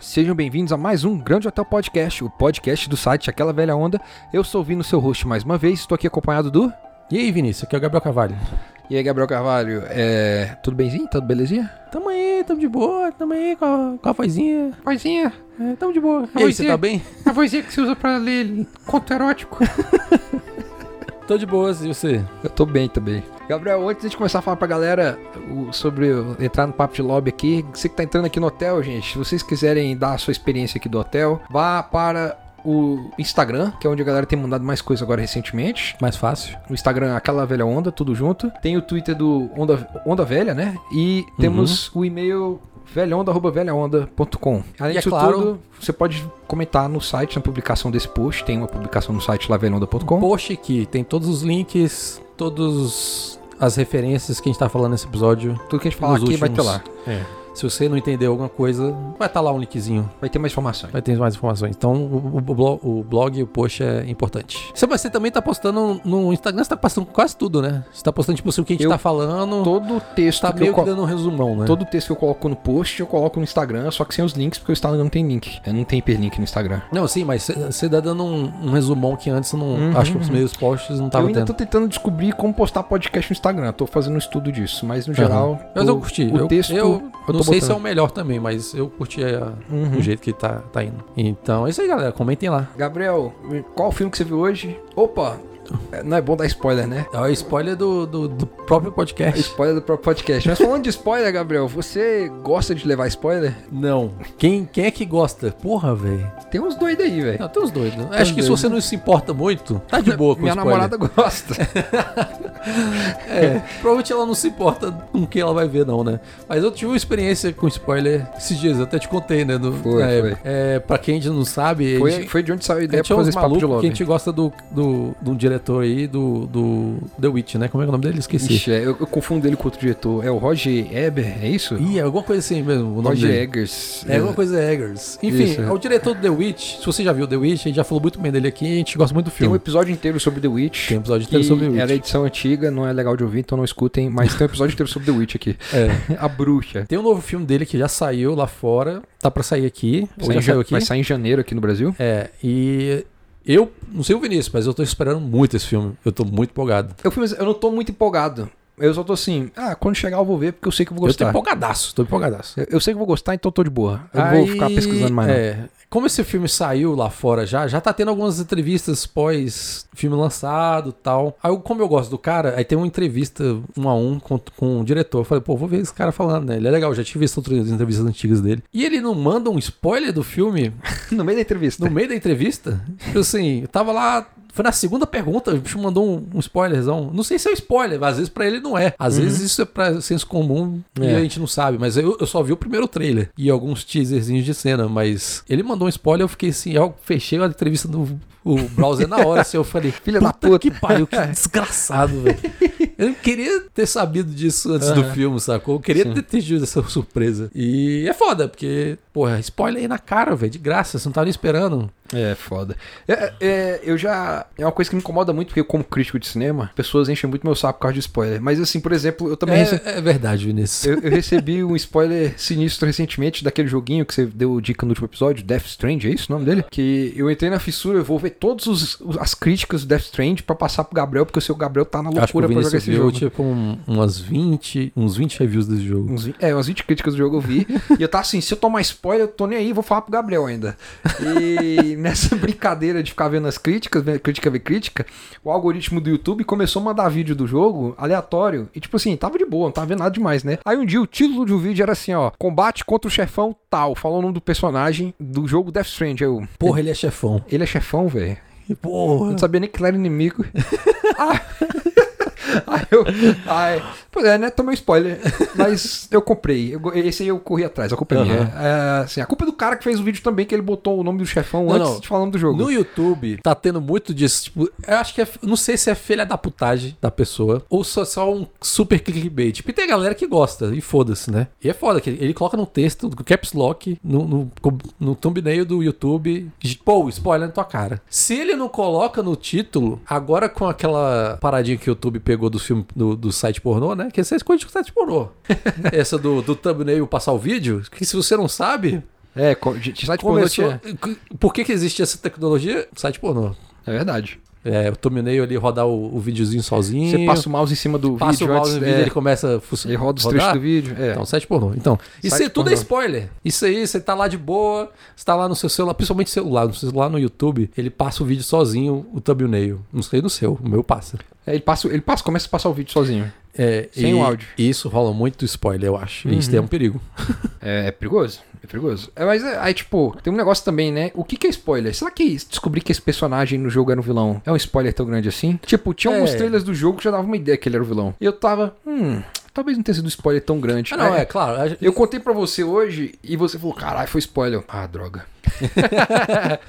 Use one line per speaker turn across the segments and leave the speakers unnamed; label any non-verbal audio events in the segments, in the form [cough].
Sejam bem-vindos a mais um Grande Hotel Podcast, o podcast do site Aquela Velha Onda. Eu sou o Vino, seu host, mais uma vez. Estou aqui acompanhado do...
E aí, Vinícius, aqui é o Gabriel Carvalho.
E aí, Gabriel Carvalho. É... Tudo benzinho? Tudo belezinha?
Tamo aí, tamo de boa, tamo aí com a, com a vozinha.
Vozinha.
É, tamo de boa.
E aí, você tá
bem?
A vozinha que você usa pra ler conto erótico.
Tô de boas, e você?
[laughs] Eu tô bem também. Gabriel, antes de começar a falar pra galera o- sobre o- entrar no papo de lobby aqui, você que tá entrando aqui no hotel, gente, se vocês quiserem dar a sua experiência aqui do hotel, vá para o Instagram, que é onde a galera tem mandado mais coisa agora recentemente.
Mais fácil.
O Instagram é aquela velha onda, tudo junto. Tem o Twitter do Onda, onda Velha, né? E temos o e-mail velhaonda.velhaonda.com. Além
Uhum. E é
disso
claro-
tudo, você pode comentar no site, na publicação desse post. Tem uma publicação no site lá velhaonda.com.
Post aqui, tem todos os links, todas as referências que a gente tá falando nesse episódio.
Tudo que a gente falar
nos
aqui vai ter
últimos.
lá.
Se você não entendeu alguma coisa, vai tá lá um linkzinho,
Vai ter mais informações.
vai ter mais informações. Então, o, o blo- o blog e o post é importante. Você, mas você também tá postando no Instagram, você tá postando quase tudo, né? Você tá postando, tipo, assim, o que a gente
Eu
tá falando.
Todo o texto
Tá
que eu
meio que
colo-
dando um resumão, né?
Todo o texto que eu coloco no post, eu coloco no Instagram, só que sem os links, porque o Instagram não tem link. Não tem hiperlink no Instagram.
Não, sim, mas você tá dando um, um resumão que antes não.
Uhum.
Acho que os meus posts não
eu
tava
ainda
tendo.
tô tentando descobrir como postar podcast no Instagram. Tô fazendo um estudo disso, mas no geral.
Mas
tô-
eu curti.
O
eu,
texto.
eu
tô
não sei se é
botando.
o melhor também, mas eu curti a-
Uhum.
o jeito que tá, tá indo. Então é isso aí, galera. Comentem lá.
Gabriel, qual o filme que você viu hoje? Opa!
Então.
É, Não é bom dar spoiler, né?
É o spoiler do, do, do próprio
É [laughs]
podcast.
Spoiler do próprio podcast. Mas falando de spoiler, Gabriel, você gosta de levar spoiler?
Não. Quem, quem é que gosta? Porra, velho.
Tem uns doidos aí, velho.
Não, tem uns doidos. né? Acho que se
doido.
você não se importa muito, tá de boa com
Minha
o spoiler.
namorada
[laughs]
gosta.
É, provavelmente ela não se importa com o que ela vai ver, não, né? Mas eu tive uma experiência com spoiler esses dias, eu até te contei, né? do-
Foi,
na
foi.
época. É, pra quem ainda não sabe, a
foi,
gente,
foi de onde saiu a
a
ideia
gente
pra
é
fazer
uns
esse papo de
malucos que a gente
lobby.
gosta do, do, de um diretor aí, do, do The Witch, né? Como é que é o nome dele? Esqueci.
Ixi, é, eu, eu confundo ele com outro diretor. É o Roger Eber, é isso?
Ih, é alguma coisa assim mesmo, o nome
Roger
dele.
Eggers.
É alguma coisa Eggers. Enfim,
Isso, é.
é o diretor do The Witch. Se você já viu The Witch, a gente já falou muito bem dele aqui, a gente gosta muito do
Tem um
filme.
episódio inteiro sobre The Witch.
Tem um episódio inteiro
que
sobre The Witch.
Era edição antiga, não é legal de ouvir, então não escutem. Mas tem um episódio inteiro sobre The Witch aqui. [laughs]
É.
A Bruxa.
Tem um novo filme dele que já saiu lá fora, tá pra sair aqui, ou
Sai
já
em ja-
saiu aqui.
Vai sair em janeiro aqui no Brasil.
É, e eu não sei o Vinícius, mas eu tô esperando muito esse filme. Eu tô muito empolgado.
Eu, fui, mas eu não tô muito empolgado. Eu só tô assim, ah, quando chegar eu vou ver porque eu sei que eu vou
Eu
gostar.
tô empolgadaço, tô empolgadaço.
Eu, eu sei que eu vou gostar, então eu tô de boa. Eu vou ficar pesquisando mais. não.
É, [laughs] como esse filme saiu lá fora já, já tá tendo algumas entrevistas pós filme lançado e tal. Aí, eu- como eu gosto do cara, aí tem uma entrevista um a um com, com o diretor. Eu falei, pô, vou ver esse cara falando, né? Ele é legal, já tinha visto outras entrevistas antigas dele. E ele não manda um spoiler do filme
No meio da entrevista.
No meio da entrevista, tipo assim, eu tava lá. Foi na segunda pergunta, o bicho mandou um, um spoilerzão. Não sei se é spoiler, mas às vezes pra ele não é. Às vezes isso é pra senso comum e
Uhum. É.
a gente não sabe. Mas eu, eu só vi o primeiro trailer e alguns teaserzinhos de cena. Mas ele mandou um spoiler, eu fiquei assim, eu fechei a entrevista do o browser na hora. assim, eu falei,
[laughs] Filha da puta."
que
[laughs]
pariu, que desgraçado, velho. Eu não queria ter sabido disso antes do filme, sacou? Eu queria ter tido essa surpresa. E é foda, porque, porra, spoiler aí na cara, velho, de graça, você não tava nem esperando.
É, foda. É, é, eu já. É uma coisa que me incomoda muito, porque eu, como crítico de cinema, pessoas enchem muito meu saco por causa de spoiler. Mas assim, por exemplo, eu também rece-
É, é verdade, Vinícius.
Eu, eu recebi um spoiler sinistro recentemente daquele joguinho que você deu dica no último episódio, Death Strange, é isso o nome dele? Que eu entrei na fissura, eu vou ver todas as críticas do Death Strange pra passar pro Gabriel, porque eu sei que o Gabriel tá na
Acho que o
loucura pra jogar
Vinícius
esse
viu,
jogo.
tipo, um- umas 20, uns 20 reviews desse jogo.
Uns vi- é, umas 20 críticas do jogo eu vi. e eu tava assim, se eu tomar spoiler, eu tô nem aí, vou falar pro Gabriel ainda. E nessa brincadeira de ficar vendo as críticas, vendo crítica ver crítica, o algoritmo do YouTube começou a mandar vídeo do jogo aleatório. E tipo assim, tava de boa, não tava vendo nada demais, né? Aí um dia o título de um vídeo era assim, ó, combate contra o chefão tal. Falou o nome do personagem do jogo Death Strange. Aí Eu,
Porra, ele é chefão.
ele é chefão, velho? Eu
Porra.
não sabia nem que ele era
[laughs]
inimigo. Ah, Aí eu. Aí, pois é, né? Tomei um spoiler. Mas eu comprei. Eu go- esse aí eu corri atrás. A culpa é
Aham.
minha. É, assim, a culpa é do cara que fez o vídeo também, que ele botou o nome do chefão
Não,
antes
não.
de falar o nome do jogo.
No YouTube tá tendo muito disso. Tipo, eu acho que é. Não sei se é filha da putagem da pessoa ou só, só um super clickbait. Tipo, e tem a galera que gosta e foda-se, né? E é foda que ele, ele coloca no texto, no caps lock, no, no, no thumbnail do YouTube. de, Pô, spoiler na tua cara. Se ele não coloca no título, agora com aquela paradinha que o YouTube pegou do filme do, do site pornô, né? Que essa é coisa de site pornô. Essa do, do thumbnail passar o vídeo, que se você não sabe.
É, co- de- de site pornô
Começou-
tinha.
Por que, que existe essa tecnologia? Site pornô.
É verdade.
É, o thumbnail ali rodar o, o videozinho sozinho.
Você passa o mouse em cima do
passa
vídeo
o mouse no
antes,
vídeo,
é,
ele começa a fu-
ele roda os
rodar.
trechos do vídeo. É.
Então, site pornô. Então, isso aí
Site
tudo é
pornô.
spoiler. Isso aí, você tá lá de boa, você tá lá no seu celular, principalmente celular, no celular no YouTube, ele passa o vídeo sozinho, o thumbnail. Não sei do seu, o meu passa.
É, ele, passa, ele passa, começa a passar o vídeo sozinho.
É,
Sem
e-
o áudio. Uhum.
e Isso rola muito spoiler, eu acho. E isso daí é um perigo.
É, é perigoso, é perigoso. É, mas é, aí, tipo, tem um negócio também, né? O que, que é spoiler? Será que descobrir que esse personagem no jogo era um vilão é um spoiler tão grande assim? Tipo, tinha
É.
alguns trailers do jogo que já dava uma ideia que ele era o vilão. E eu tava, hum, talvez não tenha sido um spoiler tão grande.
Ah, não,
É,
é, claro. a-
Eu contei pra você hoje e você falou, caralho, foi spoiler. Ah,
[laughs]
droga.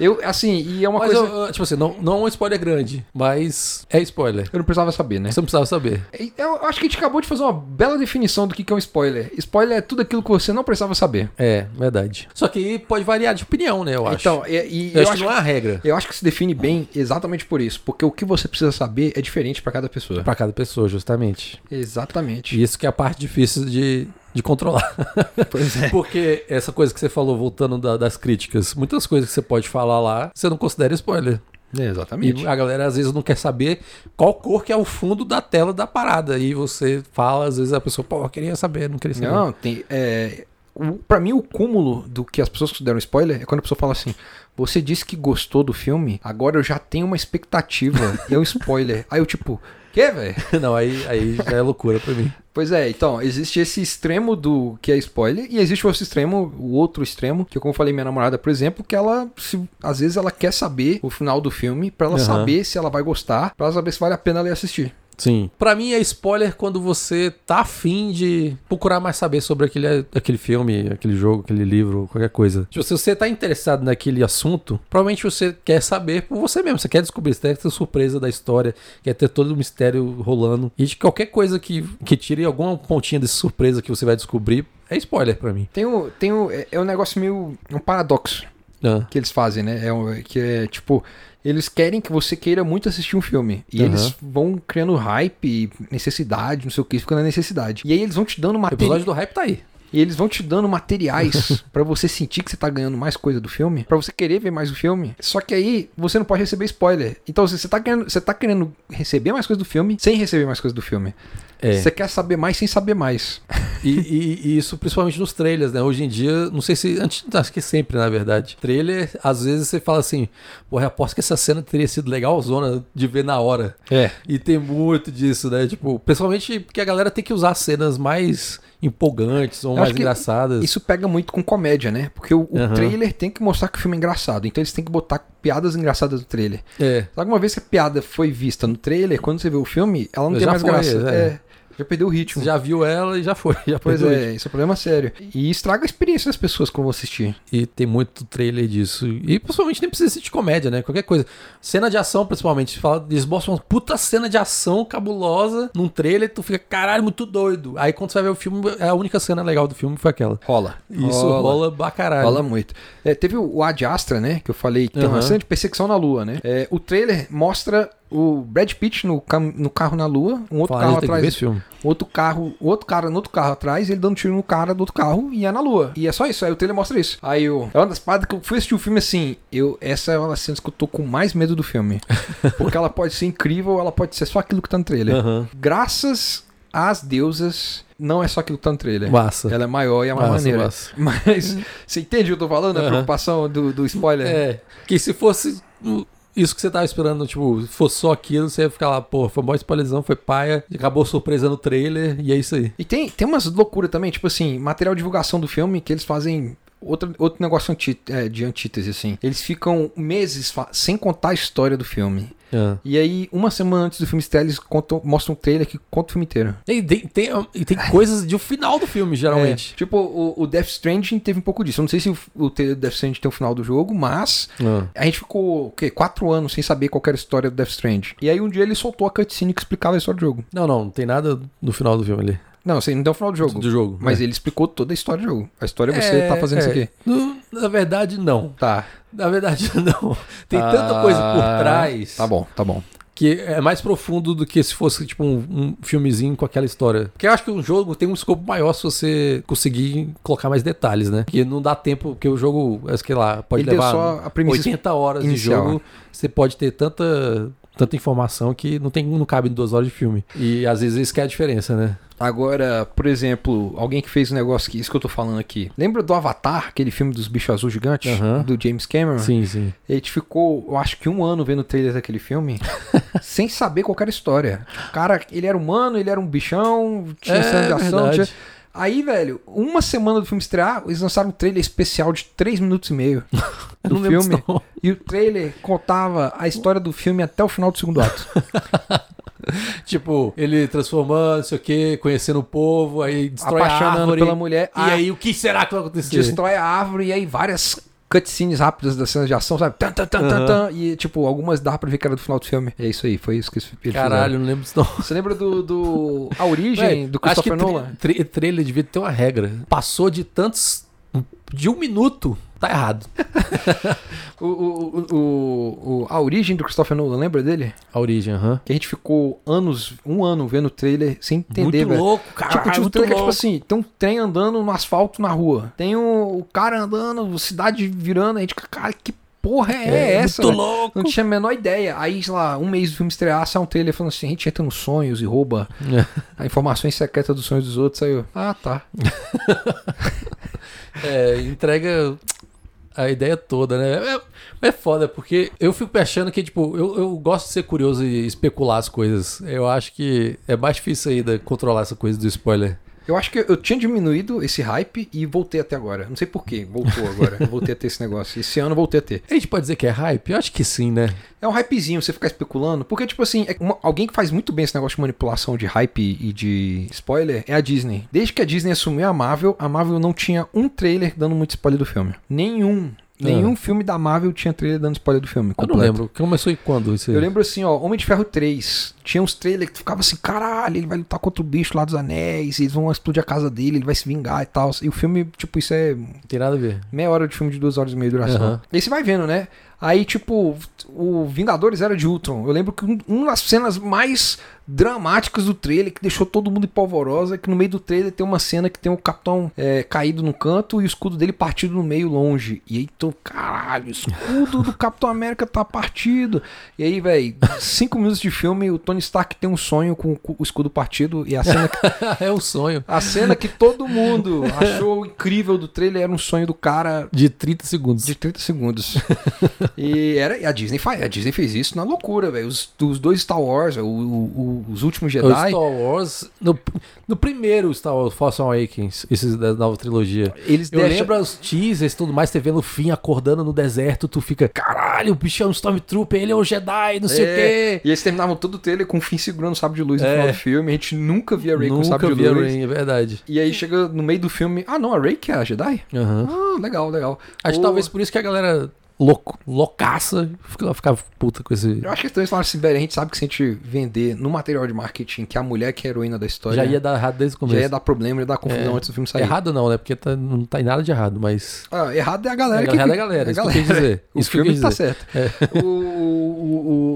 eu, assim, e é uma
Mas,
coisa.
eu- eu- tipo assim, não, não é um spoiler grande, mas é spoiler.
Eu não precisava saber, né?
Você não precisava saber.
E Eu acho que a gente acabou de fazer uma bela definição do que que é um spoiler. Spoiler é tudo aquilo que você não precisava saber.
É, verdade. Só que aí pode variar de opinião, né, eu acho.
Então, e, e
eu, acho que não é a regra
eu acho que se define bem exatamente por isso. Porque o que você precisa saber é diferente pra cada pessoa.
pra cada pessoa, justamente.
Exatamente.
E isso que é a parte difícil de, de [laughs] controlar.
Pois é.
Porque essa coisa que você falou, voltando da- das críticas, muitas coisas que você pode falar lá, você não considera spoiler.
né, exatamente.
E ah, a galera às vezes não quer saber qual cor que é o fundo da tela da parada. E você fala, às vezes a pessoa, pô, eu queria saber, não queria saber.
Não, tem. É, o, pra mim, o cúmulo do que as pessoas consideram spoiler é quando a pessoa fala assim: Você disse que gostou do filme, agora eu já tenho uma expectativa e é um spoiler. Aí eu, tipo, quê, velho?
[laughs] Não, aí, aí já é loucura pra mim.
Pois é, então, existe esse extremo do que é spoiler e existe o outro extremo, o outro extremo, que como eu falei minha namorada, por exemplo, que ela se, às vezes ela quer saber o final do filme pra ela
Aham.
saber se ela vai gostar, pra ela saber se vale a pena ela ir assistir.
Sim. Pra mim é spoiler quando você tá afim de procurar mais saber sobre aquele, aquele filme, aquele jogo, aquele livro, qualquer coisa. Tipo, se você tá interessado naquele assunto, provavelmente você quer saber por você mesmo. Você quer descobrir, você quer ter surpresa da história, quer ter todo o mistério rolando. E de qualquer coisa que, que tire alguma pontinha dessa surpresa que você vai descobrir, é spoiler pra mim.
Tem um, tem um, é, é um negócio meio um paradoxo
Ah,
que eles fazem, né? É um- que é tipo, eles querem que você queira muito assistir um filme. E
Aham.
eles vão criando hype, necessidade, não sei o que, fica na necessidade. E aí eles vão te dando
o
material.
episódio do hype tá aí.
E eles vão te dando
[laughs]
materiais pra você sentir que você tá ganhando mais coisa do filme, pra você querer ver mais o filme. Só que aí você não pode receber spoiler. Então assim, você tá querendo, você tá querendo receber mais coisa do filme sem receber mais coisa do filme.
É.
Você quer saber mais sem saber mais.
E, e- e isso principalmente nos trailers, né? Hoje em dia, não sei se. Antes, acho que sempre, na verdade. Trailer, às vezes você fala assim, porra, eu aposto que essa cena teria sido legal zona de ver na hora.
É.
E tem muito disso, né? Tipo, principalmente porque a galera tem que usar cenas mais empolgantes ou
Eu
mais
acho que
engraçadas.
Isso pega muito com comédia, né? Porque o, o
Aham.
trailer tem que mostrar que o filme é engraçado. Então eles têm que botar piadas engraçadas no trailer.
É.
Só que uma vez que a piada foi vista no trailer, quando você vê o filme, ela não
Já
tem mais
foi,
graça.
é.
É, já perdeu o ritmo.
Você já viu ela e já foi. [laughs] Já
Pois
perdeu.
é, isso é um problema sério. E estraga a experiência das pessoas quando vão assistir.
E tem muito trailer disso. E principalmente nem precisa ser de comédia, né? Qualquer coisa. Cena de ação, principalmente. Fala, esboça uma puta cena de ação cabulosa num trailer, tu fica, caralho, muito doido. Aí quando você vai ver o filme, é a única cena legal do filme foi aquela.
Rola.
Isso rola, pra caralho.
Rola muito. É, teve o Ad Astra, né? Que eu falei que tem
Aham.
uma cena de perseguição na Lua, né? É, o trailer mostra o Brad Pitt no, cam- no carro na Lua, um outro
Fala, a
carro
gente tem "Ah, que ver
atrás. um
esse filme.
Outro carro, outro cara no outro carro atrás, ele dando tiro no cara do outro carro e é na Lua. E é só isso, aí o trailer mostra isso. Aí eu. É uma das paradas que eu fui assistir o filme assim. Eu, essa é uma das cenas que eu tô com mais medo do
[laughs]
filme. Porque ela pode ser incrível, ela pode ser só aquilo que tá no trailer.
Aham.
Graças às deusas, não é só aquilo que tá no trailer.
Massa.
Ela é maior e é mais
Massa,
maneira.
massa.
[laughs] Mas você entende o que eu tô falando? A
Uhum. Aham.
preocupação do, do spoiler?
É. Que se fosse hum, isso que você tava esperando, tipo, se fosse só aquilo, você ia ficar lá, pô, foi mó spoilerzão, foi paia, acabou surpresa no trailer, e é isso aí.
E tem, tem umas loucuras também, tipo assim, material de divulgação do filme que eles fazem. Outro, outro negócio anti- é, de antítese, assim. Eles ficam meses fa- sem contar a história do filme. E aí, uma semana antes do filme estrear, eles contam, mostram um trailer que conta o filme inteiro.
E tem, tem, e tem coisas de um final do filme, geralmente.
É, tipo, o, o Death Stranding teve um pouco disso. Eu não sei se o, o trailer do Death Stranding tem o final do jogo, mas A gente ficou, o quê? Quatro anos sem saber qual que era a história do Death Strand. E aí um dia ele soltou a cutscene que explicava a história do jogo.
Não, não, não tem nada no final do filme ali.
Não, assim, não deu o final do jogo.
Do jogo.
Mas
é.
ele explicou toda a história do jogo. A história é você tá fazendo isso
é.
aqui.
Não, na verdade, [laughs] não.
Tá.
Na verdade, não. Tem tanta coisa por trás
Ah, Tá bom, tá bom.
que é mais profundo do que se fosse, tipo, um, um filmezinho com aquela história. Porque eu acho que um jogo tem um escopo maior se você conseguir colocar mais detalhes, né? Porque não dá tempo, porque o jogo, é, sei lá, pode
Ele deu
levar
só a premissa
80 horas
inicial. né?
de jogo. Você pode ter tanta. Tanta informação que não tem não cabe em duas horas de filme. E às vezes isso que é a diferença, né?
Agora, por exemplo, alguém que fez um negócio que isso que eu tô falando aqui. Lembra do Avatar, aquele filme dos bichos azul gigantes?
Aham.
Do James Cameron?
Sim, sim.
A gente ficou, eu acho que um ano vendo o trailer daquele
[laughs]
filme, sem saber qual que era a história. Tipo, O cara, ele era humano, ele era um bichão, tinha
É,
cena de ação.
verdade.
Tinha... Aí, velho, uma semana do filme estrear, eles lançaram um trailer especial de 3 minutos e meio
[laughs] Eu
do
não lembro
filme.
disso, não. [laughs]
E o trailer contava a história do filme até o final do segundo ato.
Tipo, ele transformando, não sei o quê, conhecendo o povo, aí [laughs] destrói a
apaixonando
árvore.
pela mulher. Ah.
E aí, o que será que vai acontecer?
destrói a árvore e aí várias cutscenes rápidas das cenas de ação, sabe? Tan, tan, tan, tan,
Aham.
tan, e, tipo, algumas dá pra ver que era do final do filme. É isso aí, foi isso que eles eles fizeram.
Caralho, não lembro disso não.
Você lembra do, do A Origem, do Christopher
acho que
Nolan?
Tra tra- trailer devia ter uma regra. Passou de tantos... De um minuto, tá errado.
O, o, o, o- o- a Origem do Christopher Nolan, lembra dele?
A origem, aham.
Que a gente ficou anos, um ano vendo o trailer sem entender,
Muito
velho.
louco, cara.
Tipo, tinha um
Ah, muito
trailer, que é tipo
louco.
assim, tem um trem andando no asfalto na rua. Tem o, o cara andando, cidade virando, a gente, cara, que porra é, essa?
Muito
velho?
louco.
Não tinha a menor ideia. Aí, sei lá, um mês do filme estrear, sai um trailer falando assim, a gente entra nos sonhos e rouba a informações secretas dos sonhos dos outros. Aí eu, ah, tá.
É, entrega a ideia toda, né? É, é foda, porque eu fico achando que, tipo, eu, eu gosto de ser curioso e especular as coisas. Eu acho que é mais difícil ainda controlar essa coisa do spoiler.
Eu acho que eu tinha diminuído esse hype e voltei até agora. Não sei porquê, voltou agora.
[laughs]
Eu voltei a ter esse negócio. Esse ano eu voltei a ter.
A gente pode dizer que é hype? Eu acho que sim, né?
É um hypezinho você ficar especulando. Porque, tipo assim, é uma- alguém que faz muito bem esse negócio de manipulação de hype e de spoiler é a Disney. Desde que a Disney assumiu a Marvel, a Marvel não tinha um trailer dando muito spoiler do filme. Nenhum. Nenhum filme da Marvel tinha trailer dando spoiler do filme.
Ah. Eu
completo.
não lembro. Começou e quando isso aí?
Eu lembro assim, ó, Homem de Ferro 3. Tinha uns trailers que tu ficava assim, caralho, ele vai lutar contra o bicho lá dos anéis, eles vão explodir a casa dele, ele vai se vingar e tal. E o filme, tipo, isso é
Não tem nada a ver.
meia hora de filme de duas horas e meia de duração.
Aham.
E aí você vai vendo, né? Aí, tipo, o Vingadores era de Ultron. Eu lembro que um- uma das cenas mais dramáticas do trailer, que deixou todo mundo em polvorosa, é que no meio do trailer tem uma cena que tem o Capitão é, caído no canto e o escudo dele partido no meio longe. E aí, então, caralho, o escudo do Capitão América tá partido. E aí, velho, cinco minutos de filme, o Tony Stark tem um sonho com o o escudo partido e a cena
[laughs] é um sonho.
a cena que todo mundo achou incrível do trailer era um sonho do cara
De 30 segundos.
de 30 segundos. e era e a Disney faz, a Disney fez isso na loucura, velho. Os, os dois Star Wars, o- o- o- os últimos
O
Jedi,
Star Wars. No, no primeiro Star Wars, Force Awakens, esses da nova trilogia.
eles
Eu
deixam-
lembro os teasers e tudo mais, você vê no fim acordando no deserto, tu fica, caralho, o bicho é um Stormtrooper, ele é um Jedi, não sei o
É,
quê.
e eles terminavam todo o trailer com o Finn segurando o sabre de luz no
É.
final do filme. A gente nunca via a Rey com o
Nunca
sabre
vi
de
a
luz.
Rain, é verdade.
E aí chega no meio do filme, ah não, a Rey que é a Jedi?
Aham.
Ah, legal, legal.
Acho que
Ou-
talvez por isso que a galera louco, loucaça fica- ficava puta com esse...
Eu acho que eles falaram assim, "Beren, a gente sabe que se a gente vender no material de marketing que a mulher que é a heroína da história...
Já ia dar errado desde o
Já ia
começo. É.
dar problema, ia dar confusão antes do filme sair.
Errado não, né? Porque tá- não tá em nada de errado, mas...
Ah, errado é a galera
É,
que.
errado é a galera, isso que eu quis dizer.
[laughs] O
Isso que eu
filme
quis
tá
dizer. É.
certo. O, o-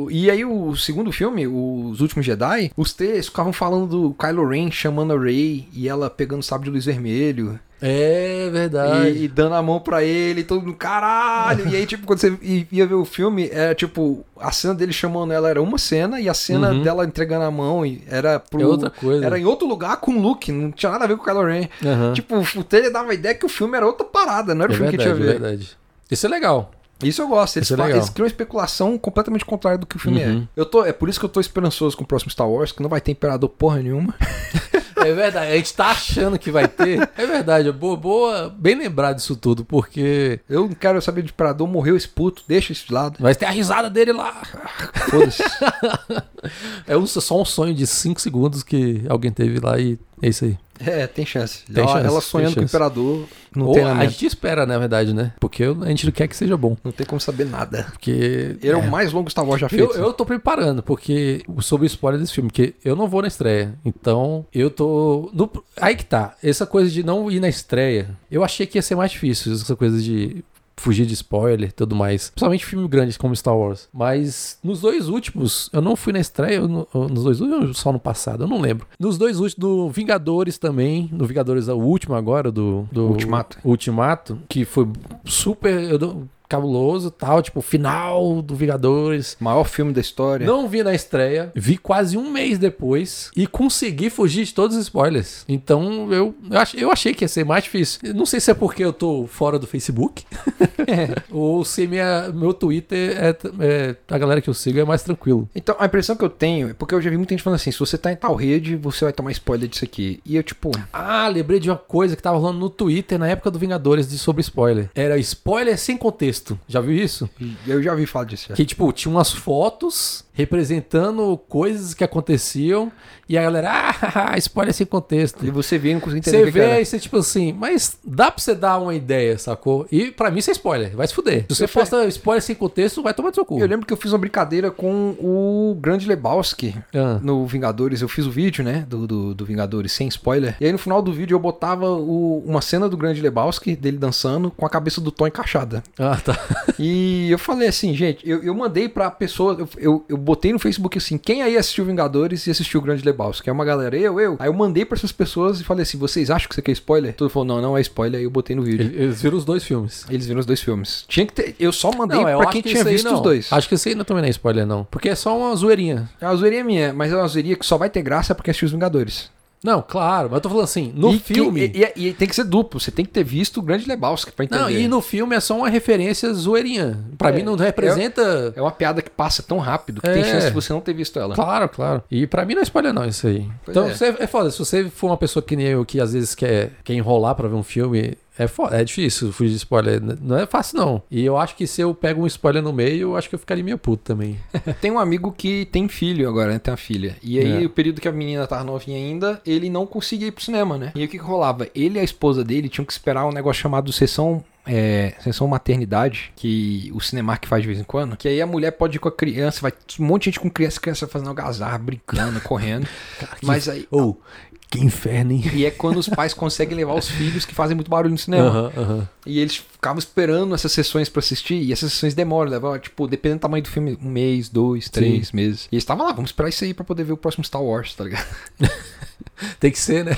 o- e aí, o segundo filme, Os Últimos Jedi, os três ficavam falando do Kylo Ren chamando a Rey e ela pegando o sábio de luz vermelho
É verdade.
e, e dando a mão pra ele, e todo mundo, caralho! e aí, tipo, quando você i- ia ver o filme, era tipo, a cena dele chamando ela era uma cena e a cena dela entregando a mão e era pro.
Uhum. É outra coisa.
Era em outro lugar com o Luke, não tinha nada a ver com o Kylo Ren.
Aham.
Tipo, o trailer dava a ideia que o filme era outra parada, não era
é
o filme
verdade,
que
é
tinha a ver.
verdade. Isso é legal.
Isso eu gosto. Eles,
Isso é
fa-
legal.
eles criam uma especulação completamente contrária do que o filme é.
Uhum.
Eu tô, é por isso que eu tô esperançoso com o próximo Star Wars, que não vai ter imperador porra nenhuma.
É verdade, a gente tá achando que vai ter. É verdade, é boa, boa, bem lembrar disso tudo, porque
Eu não quero saber de imperador, morreu esse puto, deixa isso de lado.
vai ter a risada dele lá.
Foda-se.
É um- só um sonho de 5 segundos que alguém teve lá e é isso aí.
[laughs] é, tem chance.
Tem
ela,
chance,
ela
tem
sonhando com o
chance.
imperador não
Ou
tem
a
lamento.
gente espera, na verdade, né? Porque eu- a gente não quer que seja bom.
Não tem como saber nada.
Porque.
Ele é, o mais longo Star Wars já feito.
Eu, eu tô preparando, porque sobre o spoiler desse filme, que eu não vou na estreia. Então, eu tô. no- aí que tá. Essa coisa de não ir na estreia, eu achei que ia ser mais difícil. Essa coisa de fugir de spoiler e tudo mais. Principalmente filmes grandes como Star Wars. Mas nos dois últimos, eu não fui na estreia, eu não- eu- nos dois últimos, só no passado, eu não lembro. Nos dois últimos, do Vingadores também, no Vingadores, o último agora, do... do
Ultimato.
Ultimato, que foi super... eu não- cabuloso e tal, tipo, final do Vingadores.
Maior filme da história.
Não vi na estreia, vi quase um mês depois e consegui fugir de todos os spoilers. Então eu, eu, ach- eu achei que ia ser mais difícil. Eu Não sei se é porque eu tô fora do Facebook [laughs] ou se minha, meu Twitter é, t- é- A galera que eu sigo é mais tranquilo.
Então, a impressão que eu tenho é porque eu já vi muita gente falando assim: se você tá em tal rede, você vai tomar spoiler disso aqui. E eu, tipo,
Ah, lembrei de uma coisa que tava rolando no Twitter na época do Vingadores de sobre spoiler. Era spoiler sem contexto. Já viu isso?
eu já vi falar disso. já.
Que, tipo, tinha umas fotos representando coisas que aconteciam e a galera, ah, [laughs] spoiler sem contexto.
E você vê e não consegue entender
Você
o que que era.
vê e você, tipo assim, mas dá pra você dar uma ideia, sacou? E pra mim isso é spoiler, vai se fuder. Se você
Eu sei.
posta spoiler sem contexto, vai tomar no seu cu.
Eu lembro que eu fiz uma brincadeira com o Grande Lebowski
Ah.
no Vingadores. Eu fiz o vídeo, né? Do, do, do Vingadores, sem spoiler. E aí no final do vídeo eu botava o- uma cena do Grande Lebowski, dele dançando, com a cabeça do Tom encaixada.
Ah, tá.
[laughs] E eu falei assim, gente, eu, eu mandei pra pessoa, eu, eu, eu botei no Facebook assim, quem aí assistiu Vingadores e assistiu o Grande Lebowski? É uma galera, eu, eu. Aí eu mandei pra essas pessoas e falei assim, vocês acham que isso aqui é spoiler? Todo mundo falou, não, não é spoiler, aí eu botei no vídeo.
Eles viram os dois filmes.
Eles viram os dois filmes. Tinha que ter, eu só mandei
eu
pra
acho
quem
que
tinha
isso aí
visto
não.
os dois.
Acho que isso aí não também não é spoiler, não. Porque é só uma zoeirinha.
É uma zoeirinha minha, mas é uma zoeirinha que só vai ter graça porque assistiu os Vingadores.
Não, claro, mas eu tô falando assim, no
E que-
filme.
e, e- e tem que ser duplo, você tem que ter visto o Grande Lebowski pra entender.
Não, e no filme é só uma referência zoeirinha. Pra
É,
mim não representa.
É uma piada que passa tão rápido que tem
É.
chance de você não ter visto ela.
Claro, claro. E pra mim não é spoiler não isso aí.
Pois
então
é.
você- é foda. Se você for uma pessoa que nem eu, que às vezes quer, quer enrolar pra ver um filme, é foda. É difícil fugir de spoiler. N- Não é fácil não. E eu acho que se eu pego um spoiler no meio, eu acho que eu ficaria meio puto também.
Tem um amigo que tem filho agora, né? Tem uma filha. E aí,
É.
o período que a menina tava novinha ainda, ele não conseguia ir pro cinema, né? E aí, o que, que rolava? Ele e a esposa dele tinham que esperar um negócio chamado sessão. É, sessão maternidade, que o Cinemark faz de vez em quando, que aí a mulher pode ir com a criança, vai um monte de gente com criança, criança fazendo algazarra, brincando,
[laughs]
correndo. Mas aí.
[laughs] Ou, que inferno, hein?
E é quando os pais conseguem levar os filhos que fazem muito barulho no cinema.
Aham, aham.
E eles ficavam esperando essas sessões pra assistir, e essas sessões demoram, levam, tipo, dependendo do tamanho do filme, um mês, dois, três meses. E eles estavam lá, vamos esperar isso aí pra poder ver o próximo Star Wars, tá ligado?
Tem que ser, né?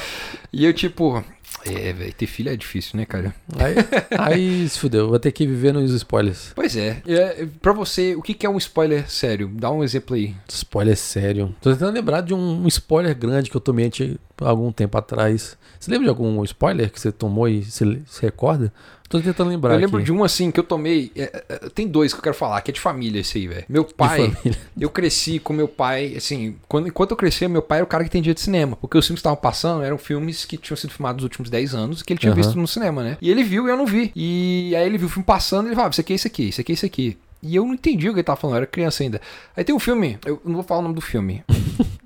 E eu, tipo, é, velho, ter filho é difícil, né, cara?
Aí, aí se fudeu. Vou ter que viver nos spoilers.
Pois é. é pra você, o que, que é um spoiler sério? Dá um exemplo aí.
Spoiler sério. Tô tentando lembrar de um spoiler grande que eu tomei anti- há algum tempo atrás. Você lembra de algum spoiler que você tomou e você se recorda? Tô tentando lembrar.
eu lembro
aqui.
de um assim que eu tomei. é, é, tem dois que eu quero falar, que é de família esse aí, velho. Meu
De
pai. [laughs]
família.
Eu cresci com meu pai, assim, quando, enquanto eu crescia, meu pai era o cara que tem dia de cinema, porque os filmes que estavam passando eram filmes que tinham sido filmados nos últimos 10 anos, que ele tinha
Aham.
visto no cinema, né? E ele viu e eu não vi. E aí ele viu o filme passando e ele falava, isso aqui é isso aqui, isso aqui é isso aqui. E eu não entendi o que ele tava falando, eu era criança ainda. Aí tem um filme, eu não vou falar o nome do filme,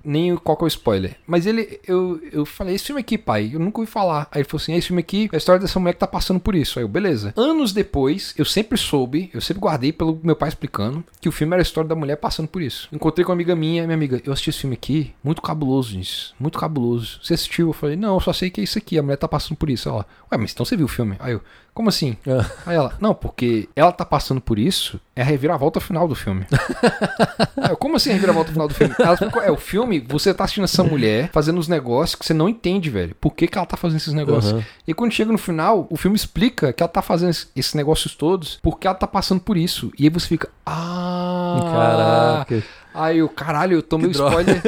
nem o- qual que é o spoiler. Mas ele, eu, eu falei, esse filme aqui, pai, eu nunca ouvi falar. Aí ele falou assim, "É, esse filme aqui é a história dessa mulher que tá passando por isso. Aí eu, beleza. Anos depois, eu sempre soube, eu sempre guardei pelo meu pai explicando, que o filme era a história da mulher passando por isso. Encontrei com uma amiga minha, minha amiga, eu assisti esse filme aqui, muito cabuloso, gente, muito cabuloso. Você assistiu? Eu falei, não, eu só sei que é isso aqui, a mulher tá passando por isso. Ela, ué, mas então você viu o filme? Aí eu, como assim?
Ah.
Aí ela, não, porque ela tá passando por isso, é a reviravolta final do
[laughs]
filme. Aí eu, Como assim a reviravolta final do filme? Ela explicou, é, o filme, você tá assistindo essa mulher fazendo uns negócios que você não entende, velho. Por que, que ela tá fazendo esses negócios?
Aham.
E quando chega no final, o filme explica que ela tá fazendo es- esses negócios todos porque ela tá passando por isso. E aí você fica, ah...
Caraca.
Aí eu, caralho, eu tomei o
droga.
spoiler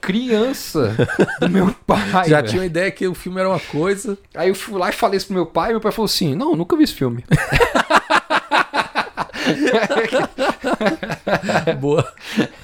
criança do
[laughs]
meu pai,
Já
velho.
tinha uma ideia que o filme era
[laughs]
uma coisa.
Aí eu fui lá e falei isso pro meu pai, e meu pai falou assim: Não, eu nunca vi esse filme.
Boa.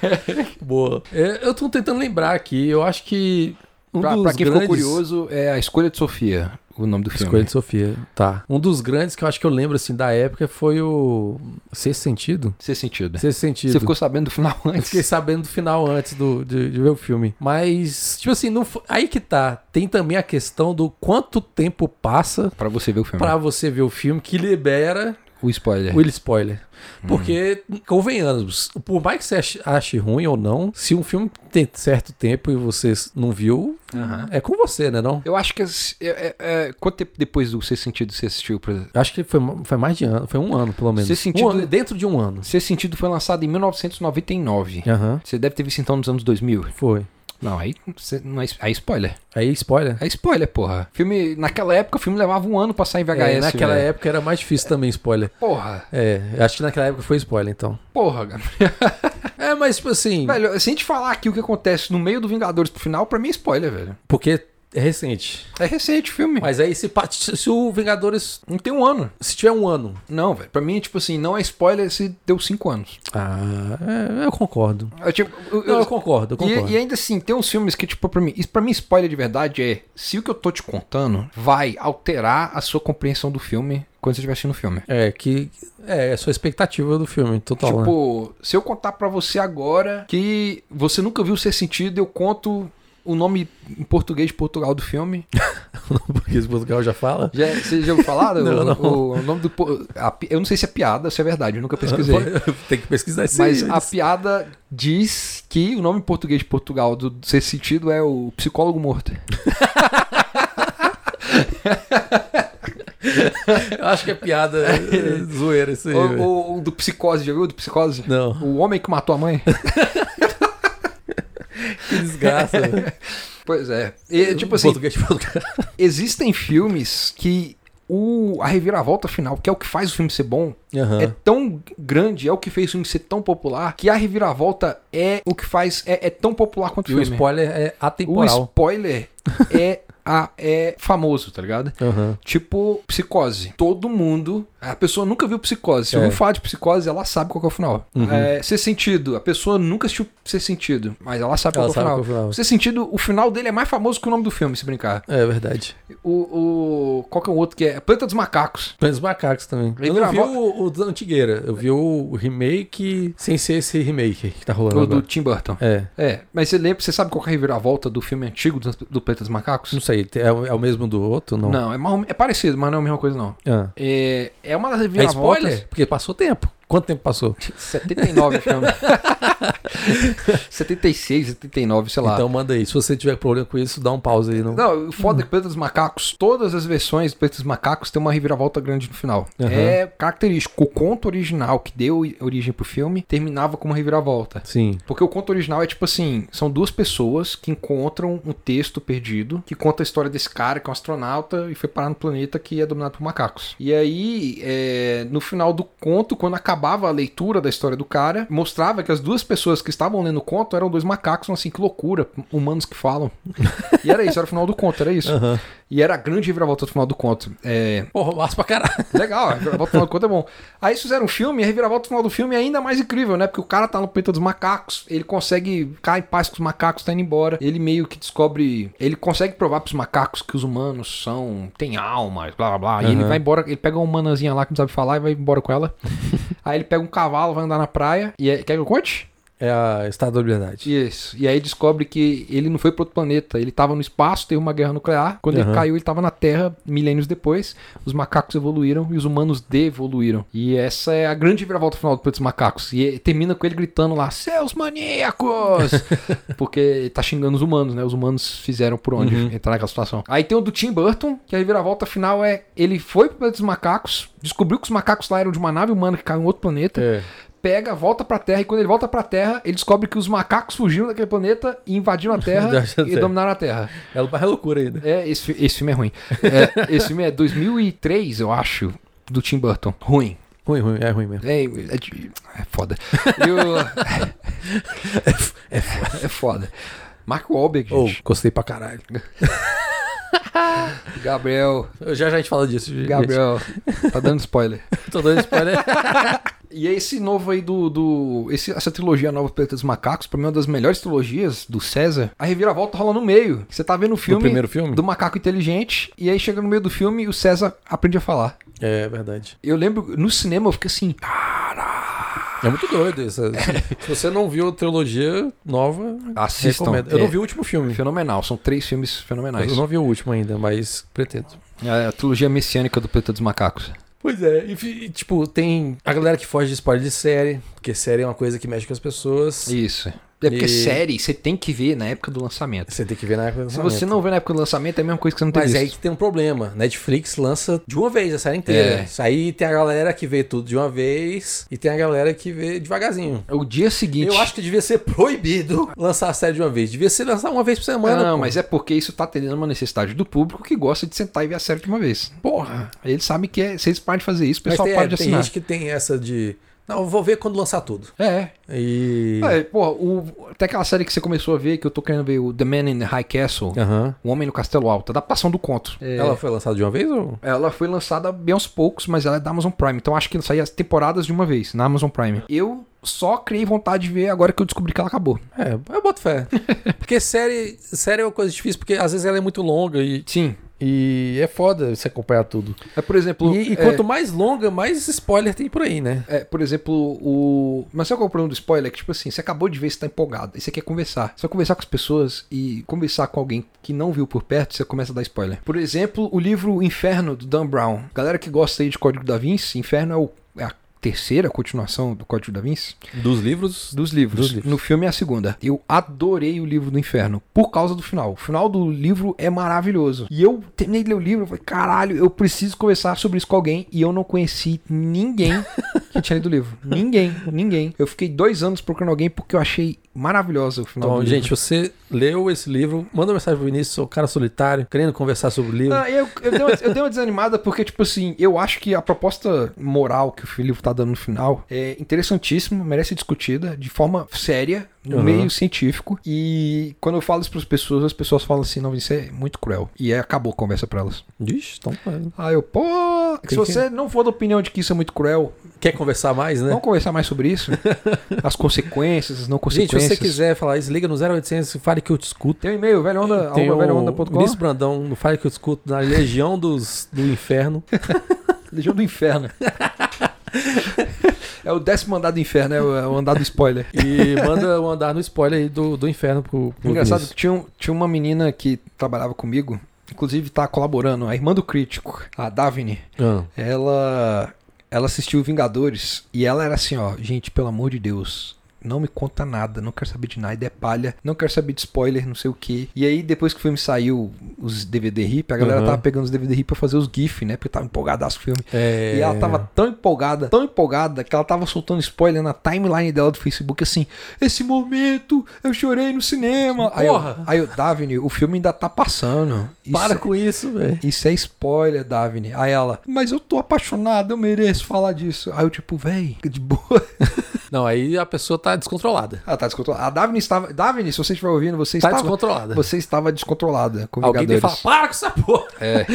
[laughs]
Boa. É, eu tô tentando lembrar aqui. Eu acho que. Um
pra
dos
pra quem
grandes...
ficou curioso, é A Escolha de Sofia, o nome do filme.
Escolha de Sofia. Tá. Um dos grandes que eu acho que eu lembro, assim, da época foi o. Sexto Sentido?
Sem sentido.
Sexto Sentido.
Você ficou sabendo do final
[laughs] Eu
antes?
fiquei sabendo do final antes do, de, de ver o filme. Mas, tipo assim, não fo- aí que tá. Tem também a questão do quanto tempo passa
Pra você ver o filme.
pra você ver o filme que libera
o spoiler.
Will spoiler. Porque, convenhamos, por mais que você ache- ache ruim ou não, se um filme tem certo tempo e você não viu,
Aham.
é com você, né não?
Eu acho que. as- é- é- é- quanto tempo depois do Ser Sentido você assistiu? Pra...
Eu acho que foi, foi mais de ano, foi um ano pelo menos.
Você sentiu-
Um ano, dentro de um ano.
Ser Sentido foi lançado em 1999.
Aham,
Você deve ter visto então nos anos 2000.
foi.
Não, aí. você não é, aí spoiler.
Aí, spoiler.
É spoiler, porra. Filme. Naquela época, o filme levava um ano pra sair em VHS.
É, naquela
velho.
época era mais difícil também, spoiler.
Porra,
É, acho que naquela época foi spoiler, então.
porra, Gabriel.
[laughs] É, mas tipo assim,
Velho, se a gente falar aqui o que acontece no meio do Vingadores pro final, pra mim é spoiler, velho.
porque é recente.
É recente o filme.
Mas aí se, pa- se o Vingadores.
Não tem um ano.
Se tiver um ano.
Não, velho. Pra mim, tipo assim, não é spoiler se deu cinco anos.
Ah, é, eu concordo.
Eu, tipo, eu-
Não,
eu-
eu concordo, eu concordo.
E, e ainda assim, tem uns filmes que, tipo, pra mim, isso pra mim, spoiler de verdade é se o que eu tô te contando vai alterar a sua compreensão do filme quando você estiver assistindo o filme.
É, que. É, é a sua expectativa do filme, total. né?
Tipo, se eu contar pra você agora que você nunca viu Ser Sentido, eu conto o nome em português de Portugal do filme. né?
[laughs] Porque esse Portugal já fala.
Já, você já ouviu falar?
[laughs] Não,
o,
não.
o- o nome do. po- a pi- eu não sei se é piada ou se é verdade, eu nunca pesquisei.
[laughs] Tem que pesquisar isso
Mas
aí.
a piada diz que o nome em português de Portugal do do Ser Sentido é o Psicólogo Morto.
Eu acho que
[laughs]
é piada é, zoeira isso aí.
Ou-
velho.
ou o do Psicose, já viu? Do Psicose?
Não,
O homem que matou a
[laughs]
mãe?
que desgraça. velho.
pois [laughs] é. E, tipo assim,
Português de Portugal.
existem filmes que o, a reviravolta final, que é o que faz o filme ser bom,
Aham.
é tão grande, é o que fez o filme ser tão popular, que a reviravolta é o que faz. é, é tão popular quanto
E
o
o
filme.
spoiler é
O
atemporal.
spoiler
[laughs]
é, a, é famoso, tá ligado?
Aham.
Tipo, psicose. Todo mundo. A pessoa nunca viu psicose. Se
É.
eu ouviu falar de psicose, ela sabe qual que é o final.
Uhum.
É, ser sentido. A pessoa nunca assistiu ser sentido, mas ela sabe
Ela
qual que é o
sabe
final.
qual é o final.
Ser sentido, o final dele é mais famoso que o nome do filme, se brincar.
É verdade.
O. o qual que é o outro que é? Planta dos Macacos.
Planos Macacos também.
Ele
eu não vi
gravou-
o, o da Antigueira. Eu vi o remake sem ser esse remake que tá rolando
O do
agora.
Tim Burton.
É.
É, mas você lembra, você sabe qual que é a reviravolta do filme antigo do, do Planeta dos Macacos?
Não sei, é o, é o mesmo do outro? Não.
Não, é, mais- é parecido, mas não é a mesma coisa, não.
Ah.
É, é uma das
É
reviravoltas.
spoiler? Porque passou tempo. Quanto tempo passou?
79 [laughs] filme. 76, 79, sei lá.
Então hum. manda aí. Se você tiver problema com isso, dá um pause aí. No...
Não, o foda é que Planeta dos Macacos, todas as versões do Planeta dos Macacos tem uma reviravolta grande no final.
Aham.
É característico. O conto original que deu origem pro filme terminava com uma reviravolta.
Sim.
Porque o conto original é tipo assim: são duas pessoas que encontram um texto perdido que conta a história desse cara que é um astronauta e foi parar no planeta que é dominado por macacos. E aí, é, no final do conto, quando acabava a leitura da história do cara, mostrava que as duas pessoas que estavam lendo o conto eram dois macacos, assim, que loucura, humanos que falam. e era isso, era o final do conto, era isso.
Aham.
E era a grande reviravolta do final do conto. É,
Porra, massa pra caralho.
Legal, a reviravolta do final do conto é bom. Aí eles fizeram um filme, e a reviravolta do final do filme é ainda mais incrível, né? Porque o cara tá no peito dos macacos, ele consegue ficar em paz com os macacos, tá indo embora. Ele meio que descobre. Ele consegue provar pros macacos que os humanos são. tem almas, blá blá blá. E ele
Aham.
vai embora, ele pega uma humanazinha lá que não sabe falar e vai embora com ela. aí ele pega um cavalo, vai andar na praia. E aí, quer que eu conte?
É a Estado da Liberdade.
Isso. E aí descobre que ele não foi para outro planeta. Ele tava no espaço, teve uma guerra nuclear. Quando ele
Aham.
caiu, ele tava na Terra milênios depois. Os macacos evoluíram e os humanos devoluíram. E essa é a grande viravolta final do Planeta dos Macacos. E eh, termina com ele gritando lá: Seus maníacos! [laughs] Porque tá xingando os humanos, né? Os humanos fizeram por onde
Uhum.
entrar naquela situação. Aí tem o do Tim Burton, que a reviravolta final é: ele foi pro planeta dos macacos, descobriu que os macacos lá eram de uma nave humana que caiu em outro planeta
É.
pega, volta pra Terra, e quando ele volta pra Terra, ele descobre que os macacos fugiram daquele planeta e [laughs] invadiram a Terra
Já
e
sei.
dominaram a Terra.
É uma loucura ainda.
É, esse, fi- esse filme é ruim. É, esse filme é 2003, eu acho, do Tim Burton. Ruim.
Ruim, ruim. É ruim mesmo.
É, é, de- é foda. E o- [laughs] é foda. Oh. Mark Wahlberg,
Ou,
gente.
gostei pra caralho.
Gabriel,
Já já a gente fala disso. gente.
Gabriel, tá dando spoiler.
Tô dando spoiler. [laughs]
E é esse novo aí do. do esse- essa trilogia nova do Planeta dos Macacos, pra mim, é uma das melhores trilogias do César. A reviravolta rola no meio. Você tá vendo o filme.
Do primeiro filme?
do macaco inteligente, e aí chega no meio do filme e o César aprende a falar.
É verdade.
Eu lembro, no cinema eu fiquei assim,
É muito doido [laughs] isso. Se você não viu a trilogia nova,
assistam.
recomendo. Eu
É
não vi o último filme. é
Fenomenal, são três filmes fenomenais.
Eu não vi o último ainda, mas pretendo.
É a trilogia messiânica do Planeta dos Macacos.
Pois é, e, fi- e, tipo, tem a galera que foge de spoiler de série, porque série é uma coisa que mexe com as pessoas.
Isso. É porque
E-
série você tem que ver na época do lançamento.
Você tem que ver na época do
Se
lançamento.
você não vê na época do lançamento, é a mesma coisa que você não tem
Mas é aí
visto.
que tem um problema. Netflix lança de uma vez a série inteira.
É.
Isso aí tem a galera que vê tudo de uma vez e tem a galera que vê devagarzinho.
O dia seguinte.
Eu acho que devia ser [laughs] proibido lançar a série de uma vez. Devia ser lançar uma vez por semana.
não,
pô.
mas é porque isso tá atendendo uma necessidade do público que gosta de sentar e ver a série de uma vez.
Porra.
Eles sabem que é, se eles parem de fazer isso, o
Mas
pessoal
tem,
para de
tem
assinar.
gente que tem essa de. Não, eu vou ver quando lançar tudo.
É.
E.
é porra, o- até aquela série que você começou a ver, que eu tô querendo ver, o The Man in the High Castle,
Aham.
O Homem no Castelo Alto, adaptação do conto. É,
Ela foi lançada de uma vez ou?
Ela foi lançada bem aos poucos, mas ela é da Amazon Prime. Então acho que saía as temporadas de uma vez na Amazon Prime. Eu só criei vontade de ver agora que eu descobri que ela acabou.
É, eu
[laughs]
boto fé. porque série, série é uma coisa difícil, porque às vezes ela é muito longa e,
Sim.
e é foda você acompanhar tudo.
É, por exemplo.
E, e
é,
quanto mais longa, mais spoiler tem por aí, né?
é, por exemplo, o. Mas sabe qual é o problema do spoiler? Que, tipo assim, você acabou de ver, você tá empolgado. E você quer conversar. Você vai conversar com as pessoas e conversar com alguém que não viu por perto, você começa a dar spoiler. Por exemplo, o livro Inferno, do Dan Brown. Galera que gosta aí de Código da Vinci, Inferno é, o- é a terceira continuação do Código da Vinci.
Dos livros.
Dos livros.
Dos livros.
No filme é a segunda. Eu adorei o livro do inferno por causa do final. O final do livro é maravilhoso. E eu terminei de ler o livro, eu falei, caralho, eu preciso conversar sobre isso com alguém. E eu não conheci ninguém que tinha lido o livro. Ninguém, ninguém. Eu fiquei dois anos procurando alguém porque eu achei maravilhosa o final
Então,
do
gente,
livro.
você leu esse livro, manda uma mensagem pro Vinícius, sou um cara solitário, querendo conversar sobre o livro.
Ah, eu, eu, dei uma, eu dei uma desanimada porque, tipo assim, eu acho que a proposta moral que o livro tá dando no final é interessantíssima, merece ser discutida de forma séria, no
Uhum.
meio científico. E quando eu falo isso pras pessoas, as pessoas falam assim: não, isso é muito cruel. E aí acabou a conversa pra elas.
Ixi, então. é.
Ah, eu, pô. Se
que-
você não for da opinião de que isso é muito cruel,
Quer conversar mais, né?
vamos conversar mais sobre
[laughs]
isso? As consequências, as não
Gente,
consequências.
se você quiser falar isso, liga no 0800 e fale que eu te escuto.
Tem um e-mail, velhoonda,
Tem
arroba
o
velhoonda.com.
Vinícius Brandão, no Fale que eu te escuto, na Legião dos, do Inferno.
Legião do Inferno. é o décimo andar do inferno, é o, é o andar do spoiler.
[laughs] E manda um andar no spoiler aí do, do Inferno pro, pro
Engraçado que
Vinícius.
tinha, um- tinha uma menina que trabalhava comigo, inclusive tá colaborando, a irmã do crítico, a Davine.
Ah.
Ela ela assistiu Vingadores e ela era assim, ó, gente, pelo amor de Deus, não me conta nada, não quero saber de nada, é palha, não quero saber de spoiler, não sei o que. E aí, depois que o filme saiu, os DVD RIP, a galera
Uhum.
tava pegando os DVD RIP pra fazer os GIF, né? Porque tava empolgadaço com o filme.
É...
E ela tava tão empolgada, tão empolgada, que ela tava soltando spoiler na timeline dela do Facebook, assim, esse momento, eu chorei no cinema.
Porra!
Aí eu, aí eu Davine, o filme ainda tá passando. Isso,
Para com isso, velho.
isso é spoiler, Davine. Aí ela, mas eu tô apaixonada, eu mereço falar disso. Aí eu, tipo, véi, fica de boa. [laughs]
Não, aí a pessoa tá descontrolada.
Ela tá descontrolada. A Davine estava. Davine, se você estiver ouvindo, você
Tá
estava.
descontrolada.
Você estava descontrolada com
Alguém tem que
Vingadores.
falar, para com essa porra.
É.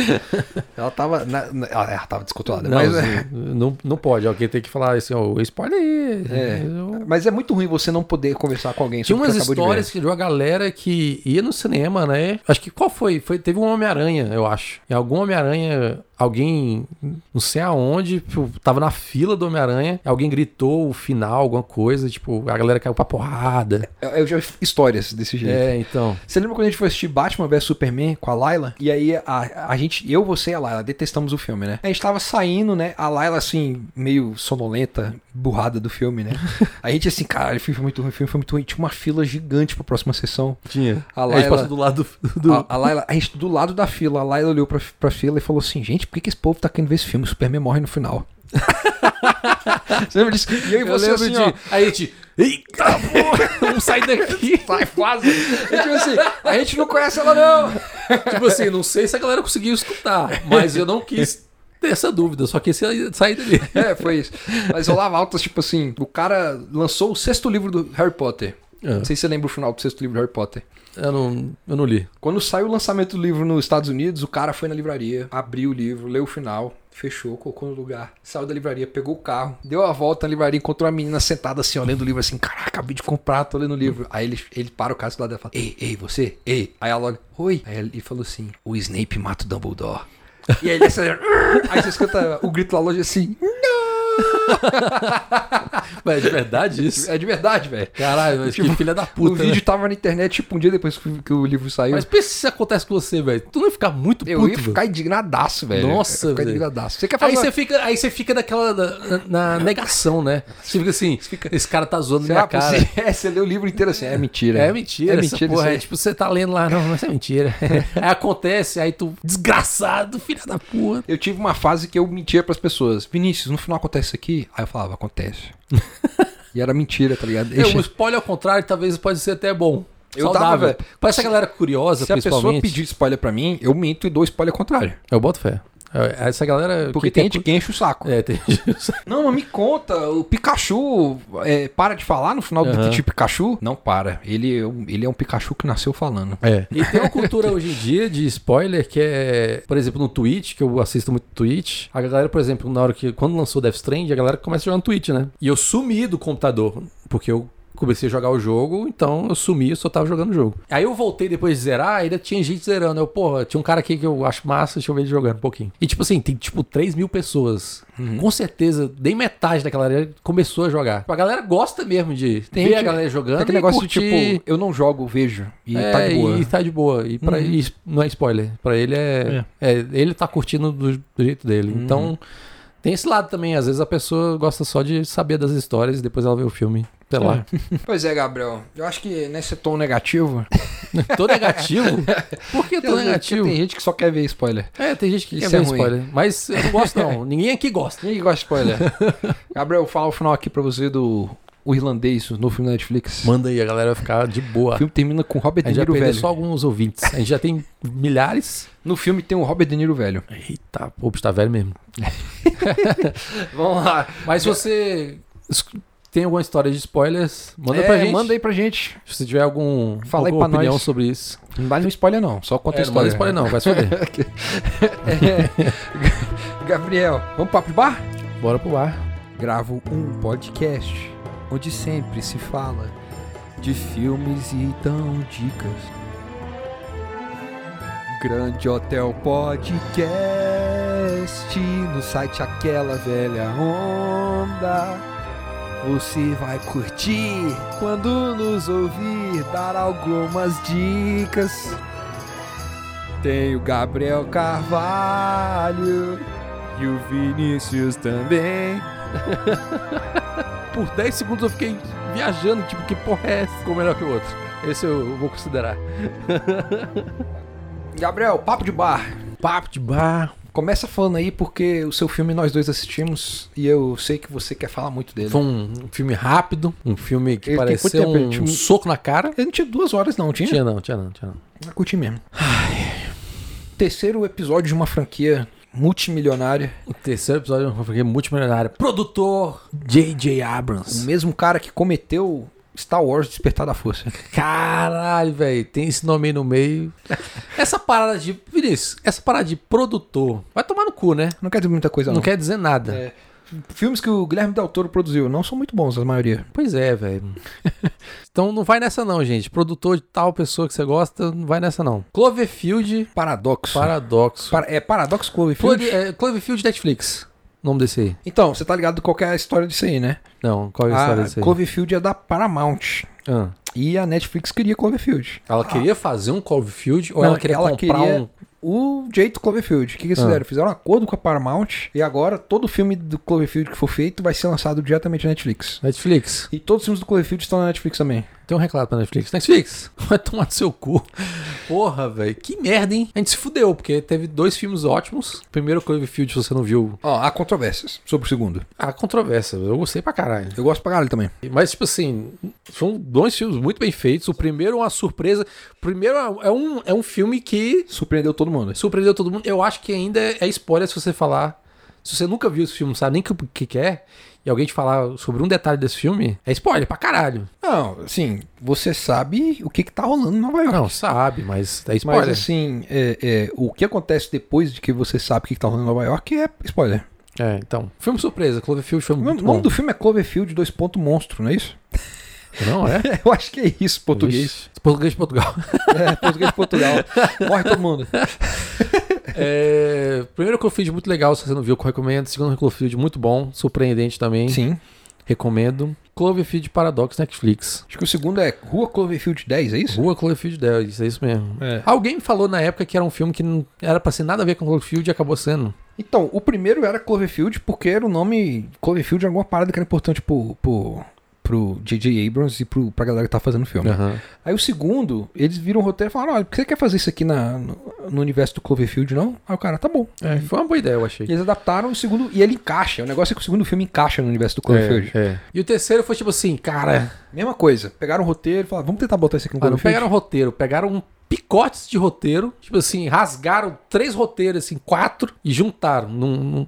Ela tava. na- na- ela, ela tava descontrolada.
Não,
mas, é.
não, não pode. Alguém tem que falar assim, ó, spoiler aí.
É.
Eu-
Mas é muito ruim você não poder conversar com alguém
Tinha
sobre o que
umas
acabou de
histórias
ver.
que de uma galera que ia no cinema, né? Acho que qual foi? foi teve um Homem-Aranha, eu acho. Em algum Homem-Aranha, alguém, não sei aonde, tipo, tava na fila do Homem-Aranha, alguém gritou o final, alguma coisa, tipo, a galera caiu pra porrada.
Eu eu já vi histórias desse jeito.
É, então.
Você lembra quando a gente foi assistir Batman vs Superman com a Layla? E aí a, a gente, eu, você e a Layla, detestamos o filme, né? A gente tava saindo, né? A Layla, assim, meio sonolenta, burrada do filme,
[laughs]
né? A gente assim, caralho, o filme foi muito ruim, o filme foi muito ruim. Tinha uma fila gigante pra próxima sessão.
Tinha.
A
A gente
Layla-
passou do lado do. do-
A, a Layla, a gente do lado da fila, a Layla olhou pra, pra fila e falou assim: gente, por que, que esse povo tá querendo ver esse filme? O Superman morre no
[laughs]
final. você lembra disso? E eu e
Eu
você
lembro
assim,
de-
ó,
Aí a gente. Eita porra, vamos sair
[laughs]
daqui.
Sai quase. É tipo assim, a gente não conhece ela, não.
Tipo assim, não sei se a galera conseguiu escutar, mas eu não quis ter essa dúvida, só que esse sair dali.
[laughs] É, foi isso. Mas Olavo Altas, tipo assim, o cara lançou o sexto livro do Harry Potter. Não sei se você lembra o final do sexto livro do Harry Potter.
Eu não, eu não li.
Quando saiu o lançamento do livro nos Estados Unidos, o cara foi na livraria, abriu o livro, leu o final, fechou, colocou no lugar, saiu da livraria, pegou o carro, deu a volta na livraria, encontrou a menina sentada assim, olhando o livro assim, caraca, acabei de comprar, tô lendo o livro. Aí ele, ele para o caso do lado dela e fala, ei, ei, você, ei. Aí ela olha, oi. Aí ele falou assim, o [laughs] Snape mata o Dumbledore. E aí ele assim, "Urgh!" aí você escuta o grito da loja assim, não!
Mas é de verdade isso?
É de verdade, velho.
Caralho, mas que
Tipo,
filha da puta. né?
O vídeo tava na internet tipo um dia depois que o- que o livro saiu.
Mas pensa se isso acontece com você, velho. Tu não ia ficar muito puto,
eu ia
velho?
ficar indignadaço, velho.
Nossa,
Eu ia ficar
velho.
indignadaço. Você quer falar?
Aí você fica, aí você fica naquela na, na negação, né? Você fica assim, esse cara tá zoando minha
[laughs] Será que
cara.
você... [laughs] É, você lê o livro inteiro assim, é mentira.
É mentira,
É
essa
mentira
porra.
isso aí.
É, tipo, você tá lendo lá, não, mas é mentira. aí acontece, aí tu, desgraçado, filha da porra.
Eu tive uma fase que eu mentia pras pessoas. Vinícius, no final acontece isso aqui? Aí eu falava, [laughs] acontece. e era mentira, tá ligado?
É,
Deixa-
o spoiler ao contrário talvez pode ser até bom.
Eu tava,
saudável.
velho.
Pra essa galera curiosa,
Se a pessoa
principalmente.
pedir spoiler pra mim, eu minto e dou spoiler ao contrário.
Eu boto fé. É, Essa galera.
Porque
que
tem
quer
gente que enche o saco.
cu- É, tem [laughs]
Não, mas me conta, o Pikachu é, para de falar no final do
Aham.
Detetive Pikachu? Não para. Ele, é um- ele é um Pikachu que nasceu falando.
É. E tem uma cultura hoje em dia de spoiler que é, por exemplo, no Twitch, que eu assisto muito Twitch, a galera, por exemplo, na hora que quando lançou Death Strand, a galera começa a jogar no Twitch, né? E eu sumi do computador, porque eu comecei a jogar o jogo, então eu sumi, eu só tava jogando o jogo. Aí eu voltei depois de zerar, ainda tinha gente zerando. Eu, porra, tinha um cara aqui que eu acho massa, deixa eu ver ele jogando um pouquinho. E tipo assim, tem tipo 3 mil pessoas.
Uhum.
Com certeza, nem metade da galera começou a jogar. A galera gosta mesmo de
Tem
ver a
gente-
galera jogando.
É aquele
e
negócio
curtir.
tipo, eu não jogo, vejo. E
É,
tá de boa.
E tá de boa. E pra
Uhum.
isso não é spoiler. Pra ele é, é. Ele tá curtindo do, do jeito dele.
Uhum.
Então, tem esse lado também. Às vezes a pessoa gosta só de saber das histórias e depois ela vê o filme. Sei lá.
[laughs] Pois é, Gabriel. Eu acho que nesse tom negativo.
[laughs] tô
[laughs]
negativo? Por que tô
Porque
negativo?
Tem gente que só quer ver spoiler.
É, tem gente que
Isso
quer ver
é ruim.
spoiler. Mas eu não gosto,
[laughs]
não. Ninguém aqui gosta.
Ninguém gosta de
[laughs]
spoiler. Gabriel, fala o final aqui pra você do O Irlandês, no filme da Netflix.
Manda aí, a galera vai ficar de
O
boa.
filme termina com Robert
A
De
gente já
Niro
perdeu
velho.
só alguns ouvintes. A gente já tem milhares.
No filme tem o Robert De Niro
[laughs]
velho.
Eita, pô, o bicho tá velho mesmo.
Vamos lá.
Mas se você es- tem alguma história de spoilers, manda
Manda,
pra É, gente.
É, manda aí pra gente.
Se tiver algum,
Fala aí
alguma
pra
opinião
nós.
sobre isso.
Não dá nenhum spoiler, não. Só conta
É, não manda
spoiler.
spoiler não, vai
[laughs]
se foder.
É. Gabriel, vamos papo de bar?
Bora pro bar.
Gravo um podcast onde sempre se fala de filmes e dão dicas. Grande Hotel Podcast no site Aquela Velha Onda. Você vai curtir quando nos ouvir dar algumas dicas. Tem o Gabriel Carvalho e o Vinícius também.
Por 10 segundos eu fiquei viajando, tipo, que porra é essa? Ficou melhor que o outro. Esse eu vou considerar.
Gabriel, papo de bar.
Papo de bar.
Começa falando aí porque o seu filme nós dois assistimos e eu sei que você quer falar muito dele.
Foi um um filme rápido, um filme que
Ele tem
pareceu
quanto tempo? Ele
um
tinha um-
soco na cara.
Ele não tinha duas horas não,
Tinha não, tinha não, tinha não.
Eu curti mesmo. Terceiro episódio de uma franquia multimilionária.
O terceiro episódio eu fiquei multimilionário. Produtor J.J.
O
Abrams.
mesmo cara que cometeu Star Wars Despertar da Força.
Caralho, velho, tem esse nome aí no meio. [laughs] Essa parada de. Vinícius, essa parada de produtor. Vai tomar no cu, né?
Não quer dizer muita coisa
Não,
não.
quer dizer nada.
É. Filmes que o Guilherme Del Toro produziu não são muito bons, a maioria.
Pois é, [laughs] velho. então não vai nessa não, gente. Produtor de tal pessoa que você gosta, não vai nessa não. Cloverfield
Paradoxo.
Paradoxo.
Para- é Paradox Cloverfield?
Clove- é, Cloverfield Netflix. O nome desse aí.
Então, você tá ligado qual que é a história disso aí, né?
Não, qual é a história desse aí?
Cloverfield é da Paramount.
Ah,
E a Netflix queria Cloverfield.
Ela queria fazer um Cloverfield ou
Não,
ela queria
ela
comprar
queria-
um...
O jeito Cloverfield. O que, que eles
Ah.
fizeram? Fizeram um acordo com a Paramount. E agora todo filme do Cloverfield que for feito vai ser lançado diretamente na Netflix.
Netflix.
E todos os filmes do Cloverfield estão na Netflix também.
Tem um reclamo pra Netflix. Netflix, [laughs] vai tomar no seu cu. Porra, velho. Que merda, hein? A gente se fudeu, porque teve dois filmes ótimos. Primeiro, Cloverfield, se você não viu,
Ó, há controvérsias sobre o segundo.
a controvérsia. Eu gostei pra caralho.
Eu gosto pra caralho também.
Mas, tipo assim, são dois filmes muito bem feitos. O primeiro é uma surpresa. O primeiro é um, é um filme que
Surpreendeu todo mundo.
surpreendeu todo mundo. Eu acho que ainda é spoiler se você falar. Se você nunca viu esse filme, sabe nem o que, que, que é, e alguém te falar sobre um detalhe desse filme, é spoiler pra caralho.
Não, assim, você sabe o que, que tá rolando em Nova York.
Não, sabe, mas é
Mas
spoiler.
assim, é- é, o que acontece depois de que você sabe o que, que tá rolando em Nova York é spoiler.
É, então. Filme surpresa, Cloverfield foi
O nome
muito
o nome
bom.
do filme é Cloverfield 2. Ponto Monstro, não é isso?
Não, [laughs] é?
[laughs] Eu acho que é isso, português.
Vixe. Português de Portugal.
É, português de Portugal. Morre todo mundo.
[laughs] É, primeiro Clofield muito legal, se você não viu, eu recomendo. Segundo Clofield muito bom, surpreendente também.
Sim.
Recomendo. Cloverfield Paradox Netflix.
Acho que o segundo é Rua Cloverfield 10, é isso?
Rua Cloverfield 10, é isso mesmo.
É.
Alguém me falou na época que era um filme que não era pra ser nada a ver com Cloverfield e acabou sendo.
Então, o primeiro era Cloverfield porque era o nome Cloverfield de alguma parada que era importante pro, pro, pro J.J. Abrams e pro, pra galera que tá fazendo o filme.
Aham.
Aí o segundo, eles viram o roteiro e falaram, olha, por que você quer fazer isso aqui na, no, no universo do Cloverfield, não? Aí o cara, tá bom.
É, foi uma boa ideia, eu
E
achei.
eles adaptaram o segundo, e ele encaixa. O negócio é que o segundo filme encaixa no universo do Cloverfield.
É, é. E o terceiro foi tipo assim, cara,
Mesma coisa, pegaram o roteiro e falaram, vamos tentar botar isso aqui no
Ah, não
Cloverfield.
pegaram roteiro, pegaram picotes de roteiro, tipo assim, rasgaram três roteiros, assim, quatro, e juntaram num, num-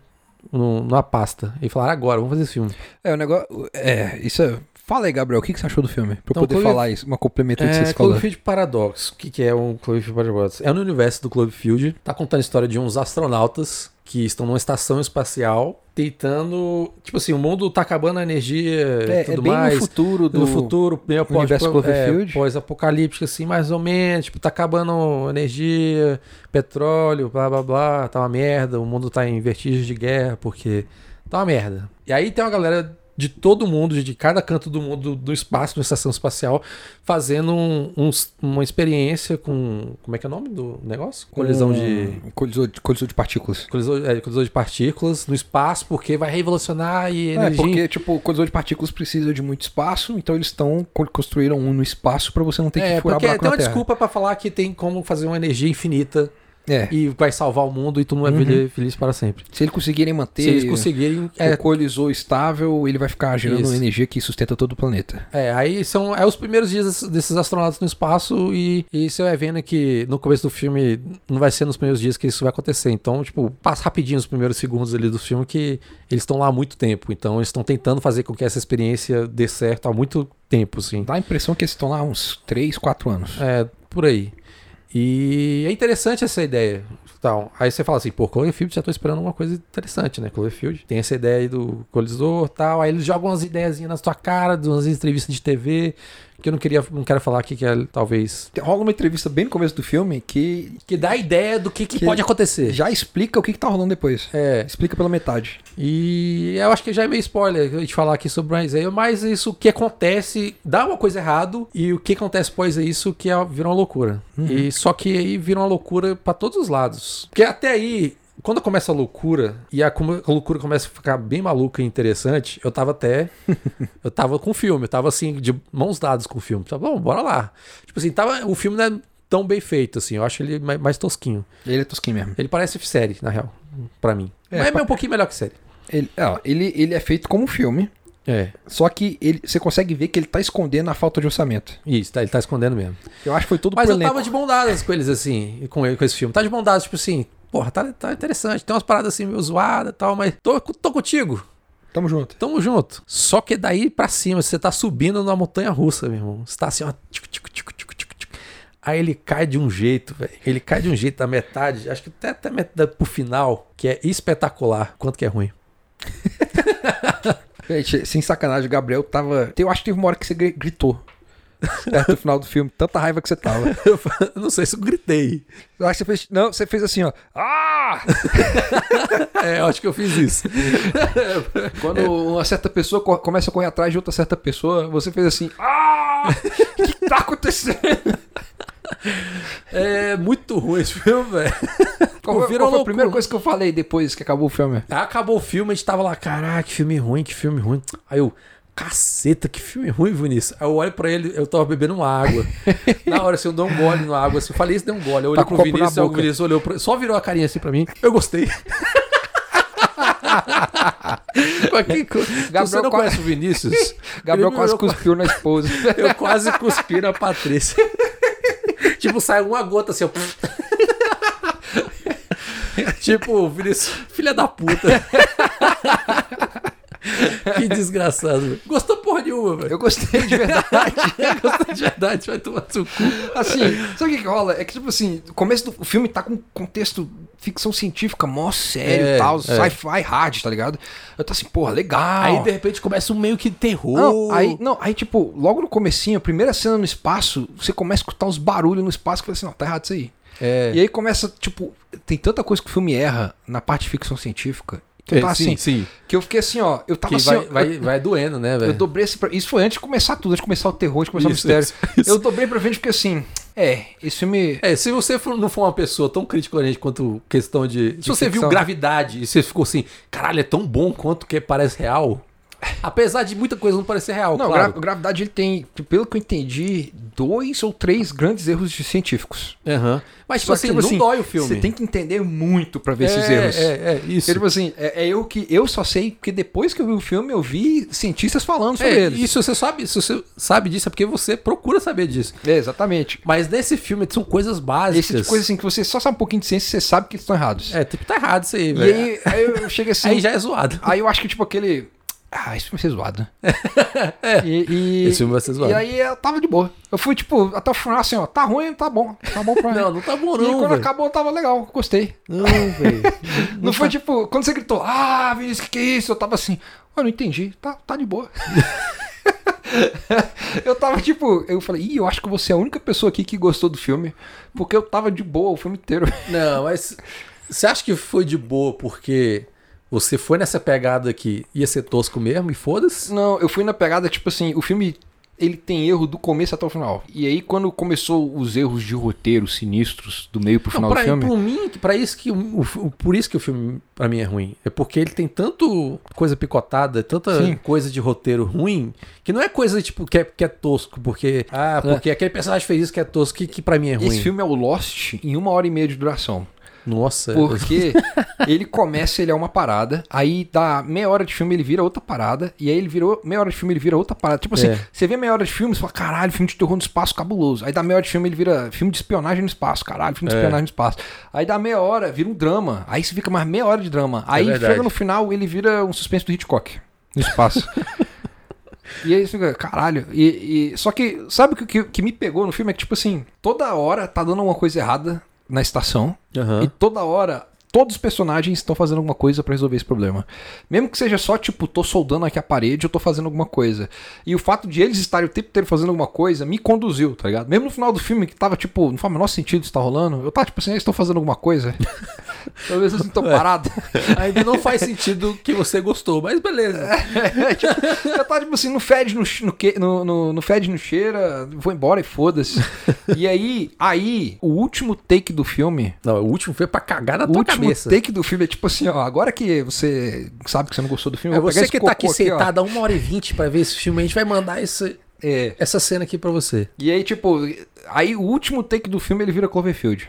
num- numa pasta. E falaram, agora, vamos fazer esse filme.
É, o negócio. É, isso é. Fala aí, Gabriel, o que, que você achou do filme? Pra eu
Então,
poder
Clover-
falar isso, uma complementante que
É,
vocês falaram.
Cloverfield Paradox. O que, que é um Cloverfield Paradox? É no universo do Cloverfield. Tá contando a história de uns astronautas que estão numa estação espacial tentando... Tipo assim, o mundo tá acabando a energia
É,
e é, tudo mais.
futuro
do futuro, meio pós,
universo
pô-
Cloverfield.
é, pós-apocalíptico, assim, mais ou menos. Tipo, tá acabando energia, petróleo, blá blá blá, tá uma merda, o mundo tá em vertigem de guerra, porque tá uma merda. E aí tem uma galera de todo mundo, de cada canto do mundo, do espaço, da estação espacial, fazendo um- uns- uma experiência com. Como é que é o nome do negócio? Colisão de.
Colisão um de, colisão de partículas.
Colisão, é, colisão de partículas no espaço, porque vai revolucionar e
É,
energia.
porque, tipo, o colisão de partículas precisa de muito espaço, então eles estão construíram um no espaço pra você não ter que
é,
furar
porque
buraco
tem
na
uma
terra.
desculpa pra falar que tem como fazer uma energia infinita
É,
e vai salvar o mundo e todo mundo vai
Uhum.
viver feliz para sempre.
se eles conseguirem manter
Se eles conseguirem.
o
É,
colisor estável, ele vai ficar gerando
Isso.
energia que sustenta todo o planeta.
é, aí são é os primeiros dias desses- desses astronautas no espaço e, e você vai vendo que no começo do filme não vai ser nos primeiros dias que isso vai acontecer. Então, tipo, passa rapidinho os primeiros segundos ali do filme que eles estão lá há muito tempo. Então, eles estão tentando fazer com que essa experiência dê certo há muito tempo, assim.
Dá a impressão que eles estão lá há uns 3, 4 anos.
É, por aí. E é interessante essa ideia. Tal. Aí você fala assim, pô, Cloverfield, já tô esperando uma coisa interessante, né? Cloverfield tem essa ideia aí do colisor tal. Aí eles jogam umas ideiazinhas na sua cara, de umas entrevistas de TV, que eu não queria, não quero falar aqui, que é talvez.
Rola uma entrevista bem no começo do filme que
Que dá a ideia do que, que
Que-
pode acontecer.
já explica o que, que tá rolando depois.
É,
Explica pela metade.
E eu acho que já é meio spoiler a gente falar aqui sobre mais aí, mas isso que acontece, dá uma coisa errado e o que acontece após isso que é, vira uma loucura.
Uhum.
E só que aí vira uma loucura pra todos os lados. Porque até aí quando começa a loucura e a, como- a loucura começa a ficar bem maluca e interessante, eu tava
[laughs]
até. eu tava com o filme, eu tava assim, de mãos dadas com o filme. Tá bom, bora lá. Tipo assim, tava, o filme não é tão bem feito assim, eu acho ele mais, mais tosquinho.
Ele é tosquinho mesmo.
Ele parece série, na real, pra mim.
É,
mas
pa-
é um pouquinho melhor que série.
Ele, ó, ele, ele é feito como um filme,
É.
só que ele, você consegue ver que ele tá escondendo a falta de orçamento.
Isso, tá, ele tá escondendo mesmo.
Eu acho que foi tudo
Mas
pro
eu
elenco.
tava de bom dadas com eles, assim, com, ele- com esse filme. Tá de bom dadas, tipo assim, porra, tá, tá interessante. Tem umas paradas assim meio zoadas e tal, mas tô, tô contigo.
Tamo junto.
Tamo junto. Só que daí pra cima, você tá subindo numa montanha russa, meu irmão. Você tá assim, ó. Tchuc, tchuc, tchuc, tchuc, tchuc, tchuc. Aí ele cai de um jeito, velho. Ele cai de um jeito da metade, acho que até, até metade pro final, que é espetacular. Quanto que é ruim. [laughs]
Gente, sem sacanagem, o Gabriel tava. Eu acho que teve uma hora que você gri- [laughs] gritou. Perto do final do filme, tanta raiva que você tava.
Eu não sei se eu gritei.
Eu acho que você fez. Não, você fez assim, ó. Ah!
É, eu acho que eu fiz isso.
Quando uma certa pessoa co- começa a correr atrás de outra certa pessoa, você fez assim. [laughs] Ah! O que tá acontecendo?
É muito ruim esse filme, velho.
Qual, foi- qual
Virou
foi a
loucura.
primeira coisa que eu falei depois que acabou o filme?
Aí acabou o filme, a gente tava lá, caraca, que filme ruim, que filme ruim. Aí eu, caceta, que filme ruim, Vinícius. Aí eu olho pra ele, eu tava bebendo
[laughs]
uma água. na hora, assim, eu dou um gole na água, assim, eu falei isso, deu um gole. Eu olhei
Tá com
pro
o copo na
Vinícius, aí o
boca.
Vinícius olhou, pra... só virou a carinha assim pra mim, eu gostei.
[laughs]
Mas
É.
que co- Se você não
qua-
conhece o [laughs] Vinícius,
Gabriel
ele
quase
virou-
cuspiu na esposa.
eu quase cuspi na Patrícia. tipo, sai uma
[laughs]
gota assim, ó. tipo, Vinícius, filha da puta.
[laughs]
que desgraçado. velho. Gostou porra nenhuma, velho.
[laughs] Eu gostei de verdade.
Gostou de verdade, vai tomar no seu cu.
Assim, sabe o que, que rola? É que, tipo assim, o começo do o filme tá com um contexto ficção científica mó sério e
É,
tal,
é.
sci-fi hard, tá ligado? Eu tô assim, porra, legal.
Aí de repente começa um meio que terror.
Não, aí, não, aí, tipo, logo no comecinho, a primeira cena no espaço, você começa a escutar uns barulhos no espaço que fala assim, não, tá errado isso aí.
É.
E aí começa, tipo, tem tanta coisa que o filme erra na parte de ficção científica. Que eu
É,
tava
sim,
assim,
sim.
que eu fiquei assim, ó, eu tava
Que
assim,
vai,
ó,
vai,
eu,
vai doendo, né, velho?
eu dobrei esse pra... Isso foi antes de começar tudo, antes de começar o terror, antes de começar
Isso,
o mistério.
isso, isso.
Eu dobrei pra frente porque assim, é, esse filme...
É, se você for- não for uma pessoa tão crítica a gente quanto questão de. se você
ficção,
viu
né?
gravidade e você ficou assim, caralho, é tão bom quanto que parece real. Apesar de muita coisa não parecer real,
Não,
é, claro.
gra- gravidade ele tem, pelo que eu entendi, dois ou três grandes erros de científicos.
Aham. Mas, tipo
Só que,
assim, não dói o filme.
Você tem que entender muito pra ver
é,
esses erros.
É, é, isso.
Porque, tipo assim, é, é eu que eu só sei, porque depois que eu vi o filme, eu vi cientistas falando sobre
É,
eles.
isso você sabe, se você sabe disso é porque você procura saber disso.
É, exatamente.
Mas nesse filme são coisas básicas.
Esse tipo de coisa assim que você só sabe um pouquinho de ciência, você sabe que eles estão errados.
É, tipo, tá errado isso aí,
e
velho.
aí, aí eu chego assim.
Aí já é zoado.
aí eu acho que, tipo, aquele. Ah, isso vai ser zoado.
[laughs]
né? E, e-
É. Esse filme vai ser zoado.
E aí eu tava de boa. Eu fui, tipo, até o final assim, ó, tá ruim, tá bom. Tá bom
[laughs]
pra
Não, não tá bom,
E
não.
quando
velho.
acabou, tava legal, gostei.
Não, velho.
Não, foi
tá.
tipo, quando você gritou, ah, Vinícius, que que é isso? Eu tava assim, eu não entendi, tá, tá de
[laughs]
boa. eu tava tipo, eu falei, ih, eu acho que você é a única pessoa aqui que gostou do filme, porque eu tava de boa o filme inteiro.
Não, mas você acha que foi de boa porque você foi nessa pegada que ia ser tosco mesmo e foda-se?
Não, eu fui na pegada, tipo assim, o filme. Ele tem erro do começo até o final. E aí, quando começou os erros de roteiro sinistros do meio pro final
Não, pra,
do filme.
pra mim, pra isso que o, o- por isso que o filme pra mim é ruim. É porque ele tem tanto coisa picotada, tanta
Sim.
coisa de roteiro ruim, que não é coisa tipo que é, que é tosco, porque ah, porque aquele personagem fez isso que é tosco, que, que pra mim é ruim.
Esse filme é o Lost em uma hora e meia de duração.
Nossa.
Porque [laughs] ele começa, ele é uma parada, aí dá meia hora de filme, ele vira outra parada, e aí ele virou meia hora de filme, ele vira outra parada. Tipo assim,
É.
você vê meia hora de filme, você fala, caralho, filme de terror no espaço, cabuloso. Aí dá meia hora de filme, ele vira filme de espionagem no espaço, caralho, filme de
É.
espionagem no espaço. Aí dá meia hora, vira um drama, aí você fica mais meia hora de drama. Aí
É verdade.
chega no final, ele vira um suspense do Hitchcock no
[laughs]
espaço. E aí você fica, caralho. E, e- só que, sabe o que, que, que me pegou no filme? É que, tipo assim, toda hora tá dando alguma coisa errada na estação.
Aham.
E toda hora, todos os personagens estão fazendo alguma coisa pra resolver esse problema. Mesmo que seja só, tipo, tô soldando aqui a parede, eu tô fazendo alguma coisa. E o fato de eles estarem o tempo inteiro fazendo alguma coisa me conduziu, tá ligado? Mesmo no final do filme, que tava, tipo, não faz o menor sentido isso tá rolando, eu tava, tipo assim, eles estão fazendo alguma coisa. Talvez eles não estão parados.
Ainda não faz sentido que você gostou, mas beleza.
Eu tava tipo assim, não fede no, che- no, que- no, no, no fede no cheira, vou embora e foda-se. E aí, aí, o último take do filme.
Não, o último foi pra cagar na
O
tua
último
cabeça.
take do filme é tipo assim, ó, agora que você sabe que você não gostou do filme,
É
eu vou pegar
você
esse
que tá aqui
cocô ó.
sentado há uma hora e vinte pra ver esse filme, a gente vai mandar esse-
É.
essa cena aqui pra você.
E aí, tipo, aí o último take do filme ele vira Cloverfield.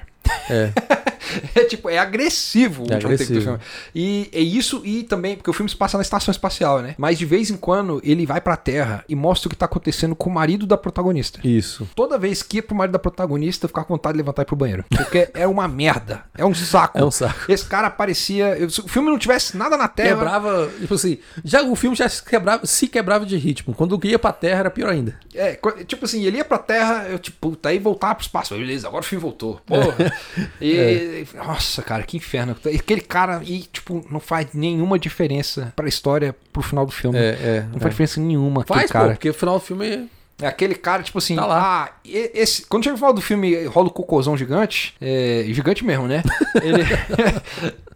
É.
[laughs] É tipo, é agressivo o
É
último take do
agressivo.
filme. E é isso, e também, porque o filme se passa na estação espacial, né? Mas de vez em quando ele vai pra Terra e mostra o que tá acontecendo com o marido da protagonista.
Isso.
Toda vez que ia pro marido da protagonista, eu ficava com vontade de levantar e ir pro banheiro. Porque é uma merda. É um saco.
É um saco.
Esse cara parecia. eu- Se o filme não tivesse nada na Terra.
Quebrava, tipo assim, já, o filme já se quebrava, se quebrava de ritmo. Quando ia pra terra era pior ainda.
É, co- tipo assim, ele ia pra Terra, eu tipo, puta, aí voltava pro espaço. Beleza, agora o filme voltou. Porra. E,
É.
Nossa, cara, que inferno. E Aquele cara, e tipo, não faz nenhuma diferença pra história, pro final do filme.
É,
Não faz diferença nenhuma aquele
Faz, pô,
cara.
porque no final do filme.
É aquele cara, tipo assim,
Tá lá.
ah, e- esse, quando chega no final do filme rola o cocôzão gigante, é, gigante mesmo, né? Ele- [laughs]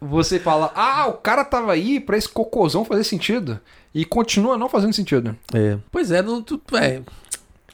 você fala, ah, o cara tava aí pra esse cocôzão fazer sentido. E continua não fazendo sentido.
É. Pois é, não, tu, é,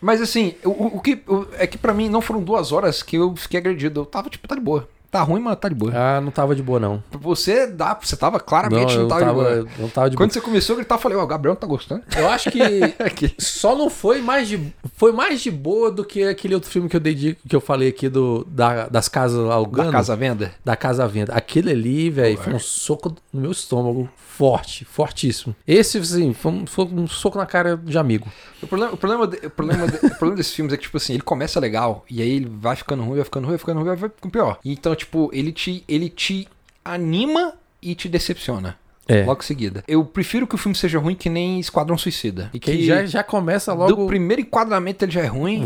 Mas assim, o, o- o que o- é que pra mim não foram duas horas que eu fiquei agredido. Eu tava tipo, tá de boa. Tá ruim, mas tá de boa.
Ah, não tava de boa, não.
Você dá, você tava claramente não,
eu
tava, de boa.
não tava de
Quando
boa.
você começou a gritar, eu falei, ó, o Gabriel não tá gostando.
Eu acho que
[laughs] Aqui.
só não foi mais de. Foi mais de boa do que aquele outro filme que eu dei de- que eu falei aqui do, da- das casas lá, o
Da
Gano.
casa à venda?
da casa à venda. Aquele ali, velho, foi um soco no meu estômago forte, fortíssimo. Esse, assim, foi um, foi um soco na cara de amigo.
O problema, o, problema de- o, problema de- o problema desses filmes é que, tipo assim, ele começa legal, e aí ele vai ficando ruim, vai ficando ruim, vai ficando ruim, vai ficando pior. Então, tipo, ele te, ele te anima e te decepciona.
É.
Logo em seguida. Eu prefiro que o filme seja ruim que nem Esquadrão Suicida. E
Que, já, já começa
Do
logo. né?
primeiro enquadramento ele já é ruim.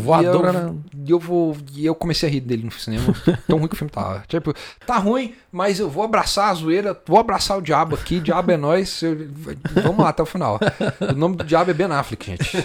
e
Voadora
eu,
na-
e eu vou. E eu comecei a rir dele no
[laughs]
cinema. tão ruim que o filme tava. Tipo, tá ruim, mas eu vou abraçar a zoeira, vou abraçar o diabo aqui, diabo é nós. eu- vamos lá até o final. O nome do diabo é Ben Affleck, gente.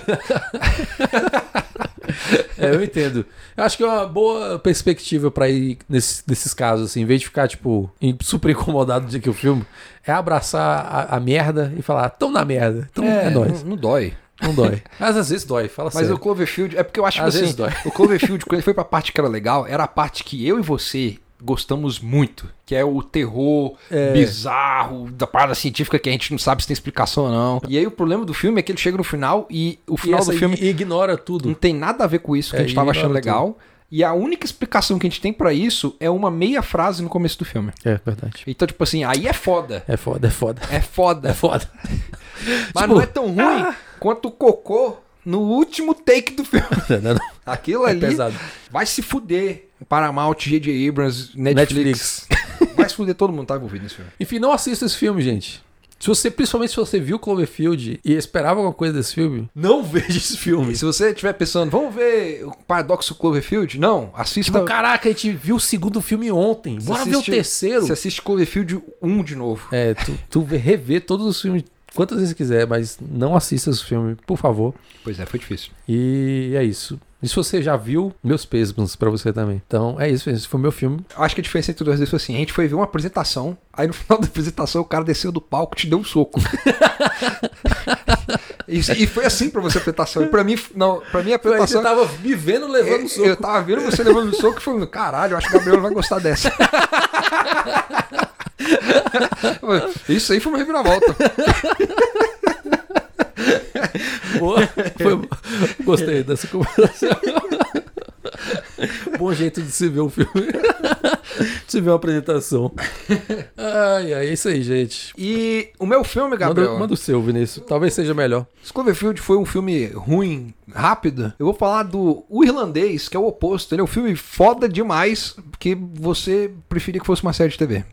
É, eu entendo. Eu acho que é uma boa perspectiva pra ir nesse- nesses casos, assim. Em vez de ficar, tipo, em- super incomodado de que o filme é abraçar a, a merda e falar, tão na merda. Então é, nóis.
não, não dói.
Não dói. [laughs] Mas às vezes dói, fala
Mas
sério.
o Cloverfield, é porque eu acho que
Às
assim,
vezes dói.
o Cloverfield, quando ele foi pra parte que era legal, era a parte que eu e você gostamos muito, que é o terror
É.
bizarro, da parada científica que a gente não sabe se tem explicação ou não. E aí o problema do filme é que ele chega no final e o
E
final
essa
do filme
i- ignora
não
tudo.
tem nada a ver com isso que
É,
a gente tava
ignora
achando
tudo.
legal. E a única explicação que a gente tem pra isso é uma meia frase no começo do filme.
É verdade.
Então, tipo assim, aí é foda.
É foda, é foda.
É foda.
[laughs] É foda.
Mas
Tipo,
não é tão ruim quanto o cocô no último take do filme. [laughs]
Não, não, não.
Aquilo
É
ali
pesado.
vai se fuder. Paramount, J.J. Abrams, Netflix. [laughs] Vai se fuder todo mundo tá envolvido nesse filme.
Enfim, não assista esse filme, gente. Se você, principalmente se você viu Cloverfield e esperava alguma coisa desse filme, não [laughs] veja esse filme.
E se você estiver pensando, vamos ver o Paradoxo Cloverfield? Não, assista...
Tipo, caraca, a gente viu o segundo filme ontem.
você
Bora
assiste-
ver o terceiro.
Você assiste Cloverfield 1 de novo.
É, tu, tu vê- revê todos os filmes quantas vezes quiser, mas não assista esse filme, por favor.
Pois é, foi difícil.
E é isso. E se você já viu, meus pêsames pra você também. Então é isso, esse foi meu filme.
Eu acho que a diferença entre os dois foi assim, a gente foi ver uma apresentação, aí no final da apresentação o cara desceu do palco e te deu um soco. e, e foi assim pra você a apresentação. E pra mim, não, pra
Tá
mim a apresentação...
tava me vendo levando
É, Eu, eu tava vendo você levando soco e falando, caralho, eu acho que o Gabriel vai gostar dessa. [laughs] Isso aí foi uma reviravolta.
Boa. [laughs] Foi- Gostei dessa comparação. Bom jeito de se ver um filme. [laughs] de se ver uma apresentação. Ai, ai, é isso aí, gente.
E o meu filme, Gabriel,
Manda, manda o seu, Vinícius. Talvez seja melhor.
Cloverfield foi um filme ruim, rápido. Eu vou falar do O Irlandês, que é o oposto. Ele é um filme foda demais, que você preferia que fosse uma série de TV.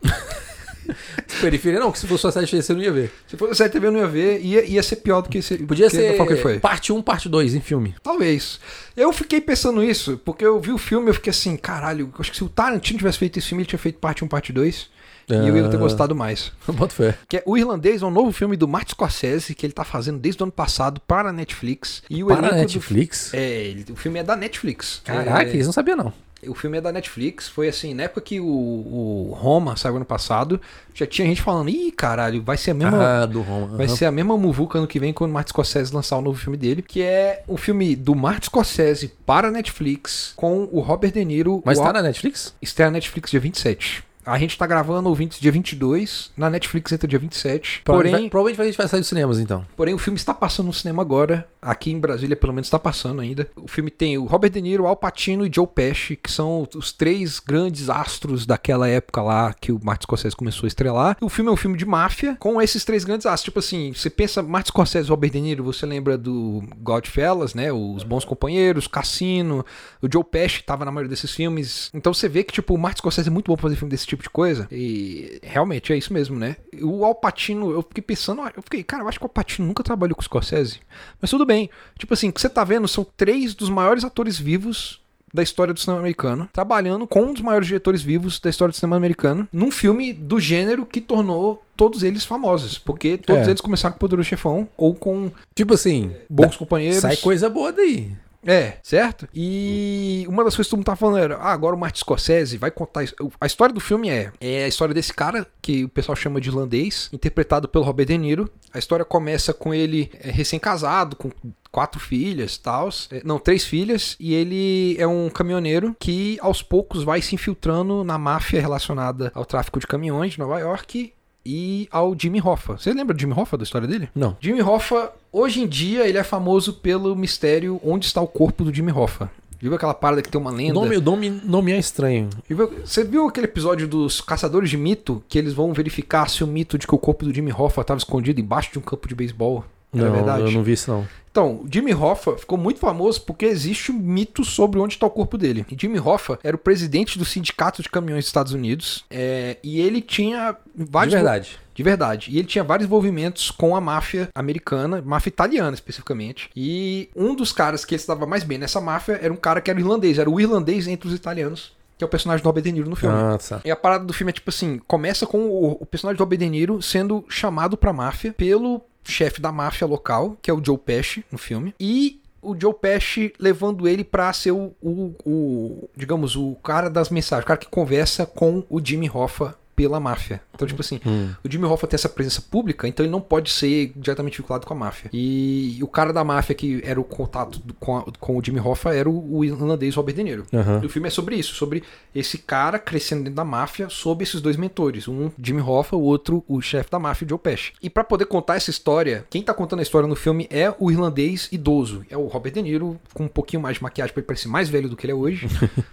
Periferia não, que se fosse uma série você não ia ver.
Se fosse uma série de TV, eu não ia ver, ia, ia ser pior do que esse.
Podia
que,
ser
qual que foi.
parte 1, parte 2 em filme. [laughs]
Talvez. Eu fiquei pensando isso, porque eu vi o filme e eu fiquei assim, caralho, acho que se o Tarantino tivesse feito esse filme, ele tinha feito parte 1, parte 2. E eu ia ter
Ah.
gostado mais.
Bota fé.
Que é o Irlandês é um novo filme do Martin Scorsese, que ele tá fazendo desde o ano passado para a Netflix. E o
Para
elenco do-
Netflix?
É, ele- o filme é da Netflix.
Caraca,
É,
eles não sabiam não.
o filme é da Netflix. Foi assim, na época que o, o Roma saiu ano passado, já tinha gente falando, ih, caralho, vai ser a mesma.
do Roma.
Vai ser a mesma muvuca ano que vem quando o Martin Scorsese lançar o novo filme dele, que é o filme do Martin Scorsese para a Netflix com o Robert De Niro.
Mas
o
tá na Netflix?
Estreia na Netflix dia 27. A gente tá gravando o 20, dia 22, na Netflix entra dia 27.
Porém,
Porém,
provavelmente vai- a gente vai sair dos cinemas então.
porém, o filme está passando no cinema agora. Aqui em Brasília, pelo menos, está passando ainda. O filme tem o Robert De Niro, Al Pacino e Joe Pesci, que são os três grandes astros daquela época lá que o Martin Scorsese começou a estrelar. O filme é um filme de máfia com esses três grandes astros. Tipo assim, você pensa Martin Scorsese e Robert De Niro, você lembra do Godfellas, né? Os Bons Companheiros, Cassino, o Joe Pesci tava na maioria desses filmes. Então você vê que, tipo, o Martin Scorsese é muito bom pra fazer filme desse tipo de coisa. E realmente é isso mesmo, né? O Al Pacino, eu fiquei pensando, eu fiquei, cara, eu acho que o Al Pacino nunca trabalhou com o Scorsese. Mas tudo bem. Tipo assim, o que você tá vendo são três dos maiores atores vivos da história do cinema americano, trabalhando com um dos maiores diretores vivos da história do cinema americano, num filme do gênero que tornou todos eles famosos, porque todos
É.
eles começaram com o Poderoso Chefão ou com
Tipo assim,
Bons
da-
Companheiros.
sai coisa boa daí.
É, certo? E uma das coisas que todo mundo tá falando era, ah, agora o Martin Scorsese vai contar... isso. A história do filme é, é a história desse cara, que o pessoal chama de irlandês, interpretado pelo Robert De Niro. A história começa com ele é, recém-casado, com quatro filhas, tals, É, não, três filhas, e ele é um caminhoneiro que aos poucos vai se infiltrando na máfia relacionada ao tráfico de caminhões de Nova York e ao Jimmy Hoffa. Você lembra do Jimmy Hoffa, da história dele?
Não.
Jimmy Hoffa, hoje em dia, ele é famoso pelo mistério Onde está o corpo do Jimmy Hoffa. Viu aquela parada que tem uma
O
lenda?
nome, o nome, nome é estranho.
Viu- Você viu aquele episódio dos Caçadores de Mito? Que eles vão verificar se o mito de que o corpo do Jimmy Hoffa estava escondido embaixo de um campo de beisebol. Era
não,
verdade?
eu não vi isso não.
Então, o Jimmy Hoffa ficou muito famoso porque existe um mito sobre onde está o corpo dele. E Jimmy Hoffa era o presidente do Sindicato de Caminhões dos Estados Unidos é, e ele tinha vários.
De verdade.
De verdade. E ele tinha vários envolvimentos com a máfia americana, máfia italiana especificamente. E um dos caras que ele se dava mais bem nessa máfia era um cara que era irlandês, era o irlandês entre os italianos, que é o personagem do Robert De Niro no filme.
Ah, tá.
E a parada do filme é tipo assim: começa com o, o personagem do Robert De Niro sendo chamado pra máfia pelo chefe da máfia local, que é o Joe Pesci, no filme. E. o Joe Pesci levando ele pra ser o, o- o, digamos, o cara das mensagens, o cara que conversa com o Jimmy Hoffa pela máfia. Então, tipo assim,
Hum.
o Jimmy Hoffa tem essa presença pública, então ele não pode ser diretamente vinculado com a máfia. E o cara da máfia que era o contato do- com, a- com o Jimmy Hoffa era o, o irlandês Robert De Niro.
Aham.
E o filme é sobre isso, sobre esse cara crescendo dentro da máfia, sob esses dois mentores, um Jimmy Hoffa, o outro o chefe da máfia, o Joe Pesci. E pra poder contar essa história, quem tá contando a história no filme é o irlandês idoso, é o Robert De Niro com um pouquinho mais de maquiagem pra ele parecer mais velho do que ele é hoje,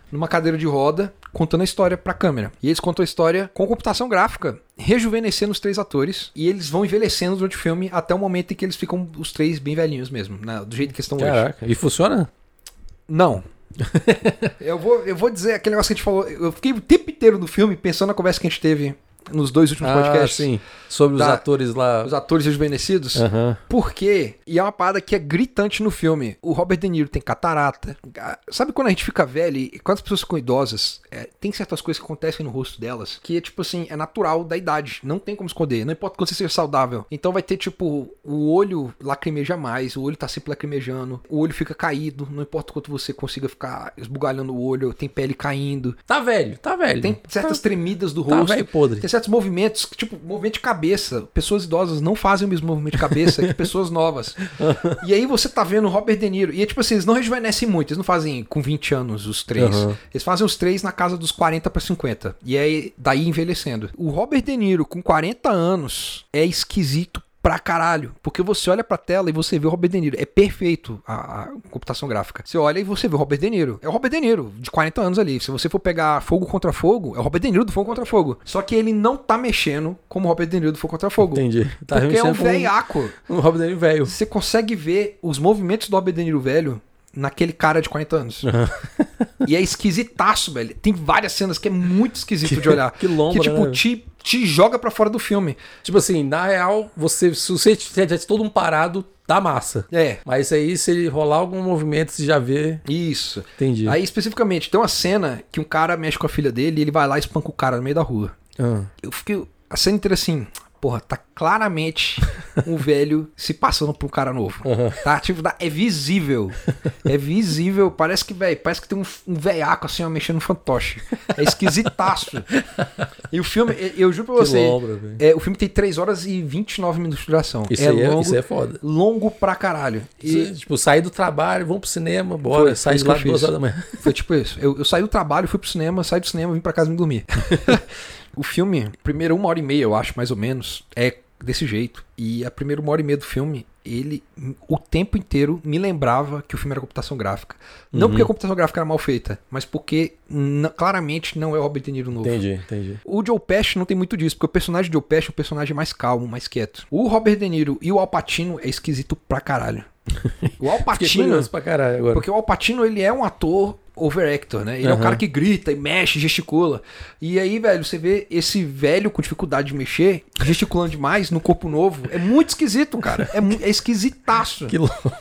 numa cadeira de roda, contando a história pra câmera. E eles contam a história com computação gráfica, rejuvenescendo os três atores, e eles vão envelhecendo durante o filme até o momento em que eles ficam os três bem velhinhos mesmo, na- do jeito que eles estão hoje.
Caraca. E funciona?
Não. [laughs] eu, vou, eu vou dizer aquele negócio que a gente falou. Eu fiquei o tempo inteiro do filme pensando na conversa que a gente teve nos dois últimos podcasts.
Ah, sim. Sobre os
Da-
atores lá.
Os atores rejuvenescidos.
Aham.
Porque, e é uma parada que é gritante no filme, o Robert De Niro tem catarata. Ah, Sabe quando a gente fica velho e quando as pessoas ficam idosas, é, tem certas coisas que acontecem no rosto delas que é tipo assim, é natural da idade, não tem como esconder, não importa quando você seja saudável. Então vai ter tipo, o olho lacrimeja mais, o olho tá sempre lacrimejando, o olho fica caído, não importa o quanto você consiga ficar esbugalhando o olho, tem pele caindo,
Tá velho, tá velho.
tem certas tremidas do
Tá
rosto.
velho podre.
Tem certos movimentos, que, tipo, movimento de cabeça. Pessoas idosas não fazem o mesmo movimento de cabeça que pessoas
[laughs]
novas. E aí você tá vendo o Robert De Niro. E é tipo assim, eles não rejuvenescem muito. Eles não fazem com 20 anos os três.
Aham.
Eles fazem os três na casa dos 40 pra 50. E aí, daí envelhecendo. O Robert De Niro com 40 anos é esquisito pra caralho. Porque você olha pra tela e você vê o Robert De Niro. É perfeito a, a computação gráfica. Você olha e você vê o Robert De Niro. É o Robert De Niro, de 40 anos ali. Se você for pegar Fogo Contra Fogo, é o Robert De Niro do Fogo Contra Fogo. Só que ele não tá mexendo como o Robert De Niro do Fogo Contra Fogo.
Entendi. Tá
porque é um
mexendo com
velhaco.
Um Robert De Niro velho.
Você consegue ver os movimentos do Robert De Niro velho naquele cara de 40 anos. e é esquisitaço, velho. Tem várias cenas que é muito esquisito de olhar.
[laughs] que lombra,
Que, tipo,
né?
te, te joga pra fora do filme.
Tipo assim, na real, você, se você tivesse todo um parado, dá massa.
É,
Mas aí, se rolar algum movimento, você já vê.
isso.
Entendi.
Aí, especificamente, tem uma cena que um cara mexe com a filha dele e ele vai lá e espanca o cara no meio da rua.
Ah.
Eu fiquei a cena inteira assim... Porra, tá
[laughs]
claramente um velho se passando por um cara novo. Tá? Tipo, dá- é visível. É visível. Parece que, velho, parece que tem um, um velhaco assim, ó, mexendo no fantoche. É esquisitaço. e o filme, eu- eu juro pra
Que
você.
lombra, velho.
é, o filme tem 3 horas e 29 minutos de duração.
Isso,
é
aí
longo,
é, isso aí é foda.
longo pra caralho. E
Isso, tipo, sair do trabalho, vamos pro cinema, bora.
Foi, foi
sai
isso
de lá
que eu
duas
fiz.
horas da manhã.
Foi tipo isso. Eu, eu saí do trabalho, fui pro cinema, saí do cinema, vim pra casa e me
[laughs]
dormi. o filme, primeiro uma hora e meia, eu acho, mais ou menos, é desse jeito. E a primeira uma hora e meia do filme, ele o tempo inteiro me lembrava que o filme era computação gráfica.
Uhum.
Não porque a computação gráfica era mal feita, mas porque n- claramente não é o Robert De Niro novo.
Entendi, entendi.
O Joe Pesci não tem muito disso, porque o personagem do Joe Pesci é um personagem mais calmo, mais quieto. O Robert De Niro e o Al Pacino é esquisito pra
[laughs]
caralho. O Al
Fiquei
Pacino
curioso pra caralho agora.
porque o Alpatino, ele é um ator overactor, né? Ele é um
Aham.
cara que grita e mexe, gesticula. E aí, velho, você vê esse velho com dificuldade de mexer, gesticulando demais no corpo novo. É muito esquisito, cara. É, mu- é esquisitaço.
Que louco.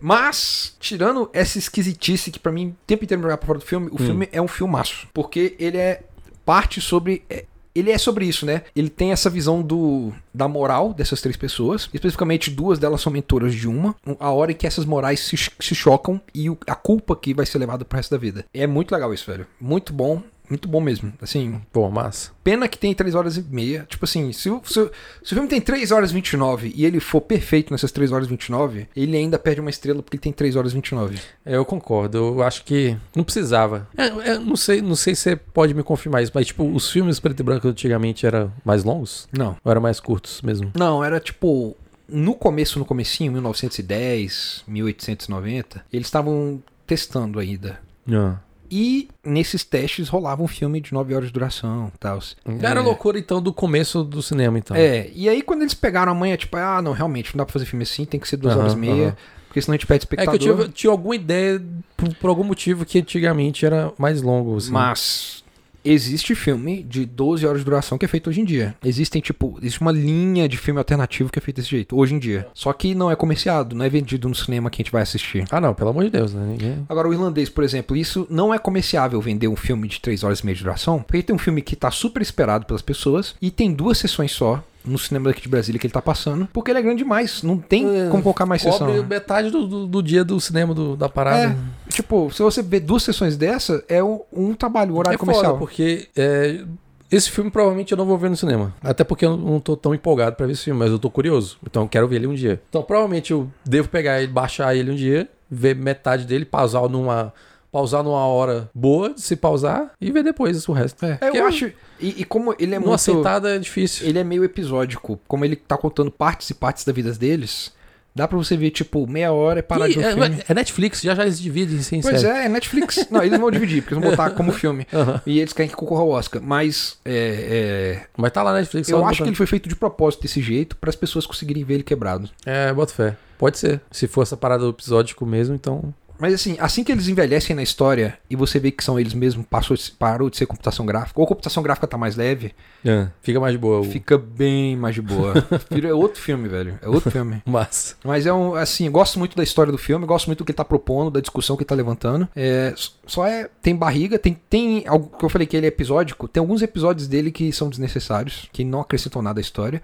Mas, tirando essa esquisitice que pra mim o tempo inteiro me jogar pra fora do filme, o filme é um filmaço. Porque ele é parte sobre. é- ele é sobre isso, né? Ele tem essa visão do da moral dessas três pessoas. Especificamente, duas delas são mentoras de uma. um- A hora em que essas morais se, ch- se chocam e o- a culpa que vai ser levada pro resto da vida. É muito legal isso, velho. Muito bom. Muito bom mesmo. Assim,
Pô, massa.
Pena que tem 3 horas e meia. Tipo assim, se o, se, o- se o filme tem 3 horas e 29 e ele for perfeito nessas 3 horas e 29, ele ainda perde uma estrela porque ele tem 3 horas e 29.
É, Eu concordo, eu acho que não precisava. É, é, não, sei, não sei se você pode me confirmar isso, mas tipo, os filmes preto e branco antigamente eram mais longos?
Não.
Ou eram mais curtos mesmo?
Não, era tipo. No começo, no comecinho, 1910, 1890, eles estavam testando ainda.
Não.
E nesses testes rolava um filme de 9 horas de duração e tal.
Era
É.
loucura então do começo do cinema, então.
É, e aí quando eles pegaram a manha, tipo, ah, não, realmente, não dá pra fazer filme assim, tem que ser 2
Aham,
horas e meia,
aham.
porque senão a gente perde
É
espectador.
que eu tive- tinha, alguma ideia, por, por algum motivo, que antigamente era mais longo. Assim.
Mas existe filme de 12 horas de duração que é feito hoje em dia. Existem, tipo, existe uma linha de filme alternativo que é feito desse jeito, hoje em dia. Só que não é comerciado, não é vendido no cinema que a gente vai assistir.
Ah, não, pelo amor de Deus, né? Ninguém...
Agora, o irlandês, por exemplo, isso não é comerciável vender um filme de 3 horas e meia de duração, porque tem um filme que tá super esperado pelas pessoas e tem duas sessões só no cinema daqui de Brasília que ele tá passando, porque ele é grande demais. Não tem
É,
como colocar mais sessão.
Cobre
né?
metade do, do, do dia do cinema do- da parada.
É, tipo, se você ver duas sessões dessa, é um, um trabalho, horário
é
comercial.
foda, porque é, esse filme provavelmente eu não vou ver no cinema. Até porque eu não tô tão empolgado pra ver esse filme, mas eu tô curioso. Então eu quero ver ele um dia. Então provavelmente eu devo pegar ele, baixar ele um dia, ver metade dele, pausar numa... Pausar numa hora boa, se pausar, e ver depois o resto. É,
É, eu acho. E, e como ele é
Numa
muito.
sentada é difícil.
Ele é meio episódico. Como ele tá contando partes e partes da vida deles, dá pra você ver, tipo, meia hora e parar
Ih,
de um
é,
filme.
é Netflix, já já eles dividem sem
Pois
série.
é, é Netflix. Não, eles não vão dividir, porque eles vão botar
[laughs]
como filme.
Aham.
E eles querem que concorra ao Oscar. Mas é, é,
Mas tá lá na Netflix.
eu
só
acho
botar-
que ele foi feito de propósito desse jeito para as pessoas conseguirem ver ele quebrado.
É, bota fé. Pode ser. Se for essa parada do episódico mesmo, então.
Mas assim, assim que eles envelhecem na história e você vê que são eles mesmos, passou, parou de ser computação gráfica, ou a computação gráfica tá mais leve,
é, Fica mais de boa. o-
fica bem mais de
[laughs]
boa. Vira- é outro filme, velho. É outro filme.
Mas.
Mas é um, assim, eu gosto muito da história do filme, gosto muito do que ele tá propondo, da discussão que ele tá levantando. É, s- só é. Tem barriga, tem. Tem algo que eu falei que ele é episódico. Tem alguns episódios dele que são desnecessários, que não acrescentam nada à história.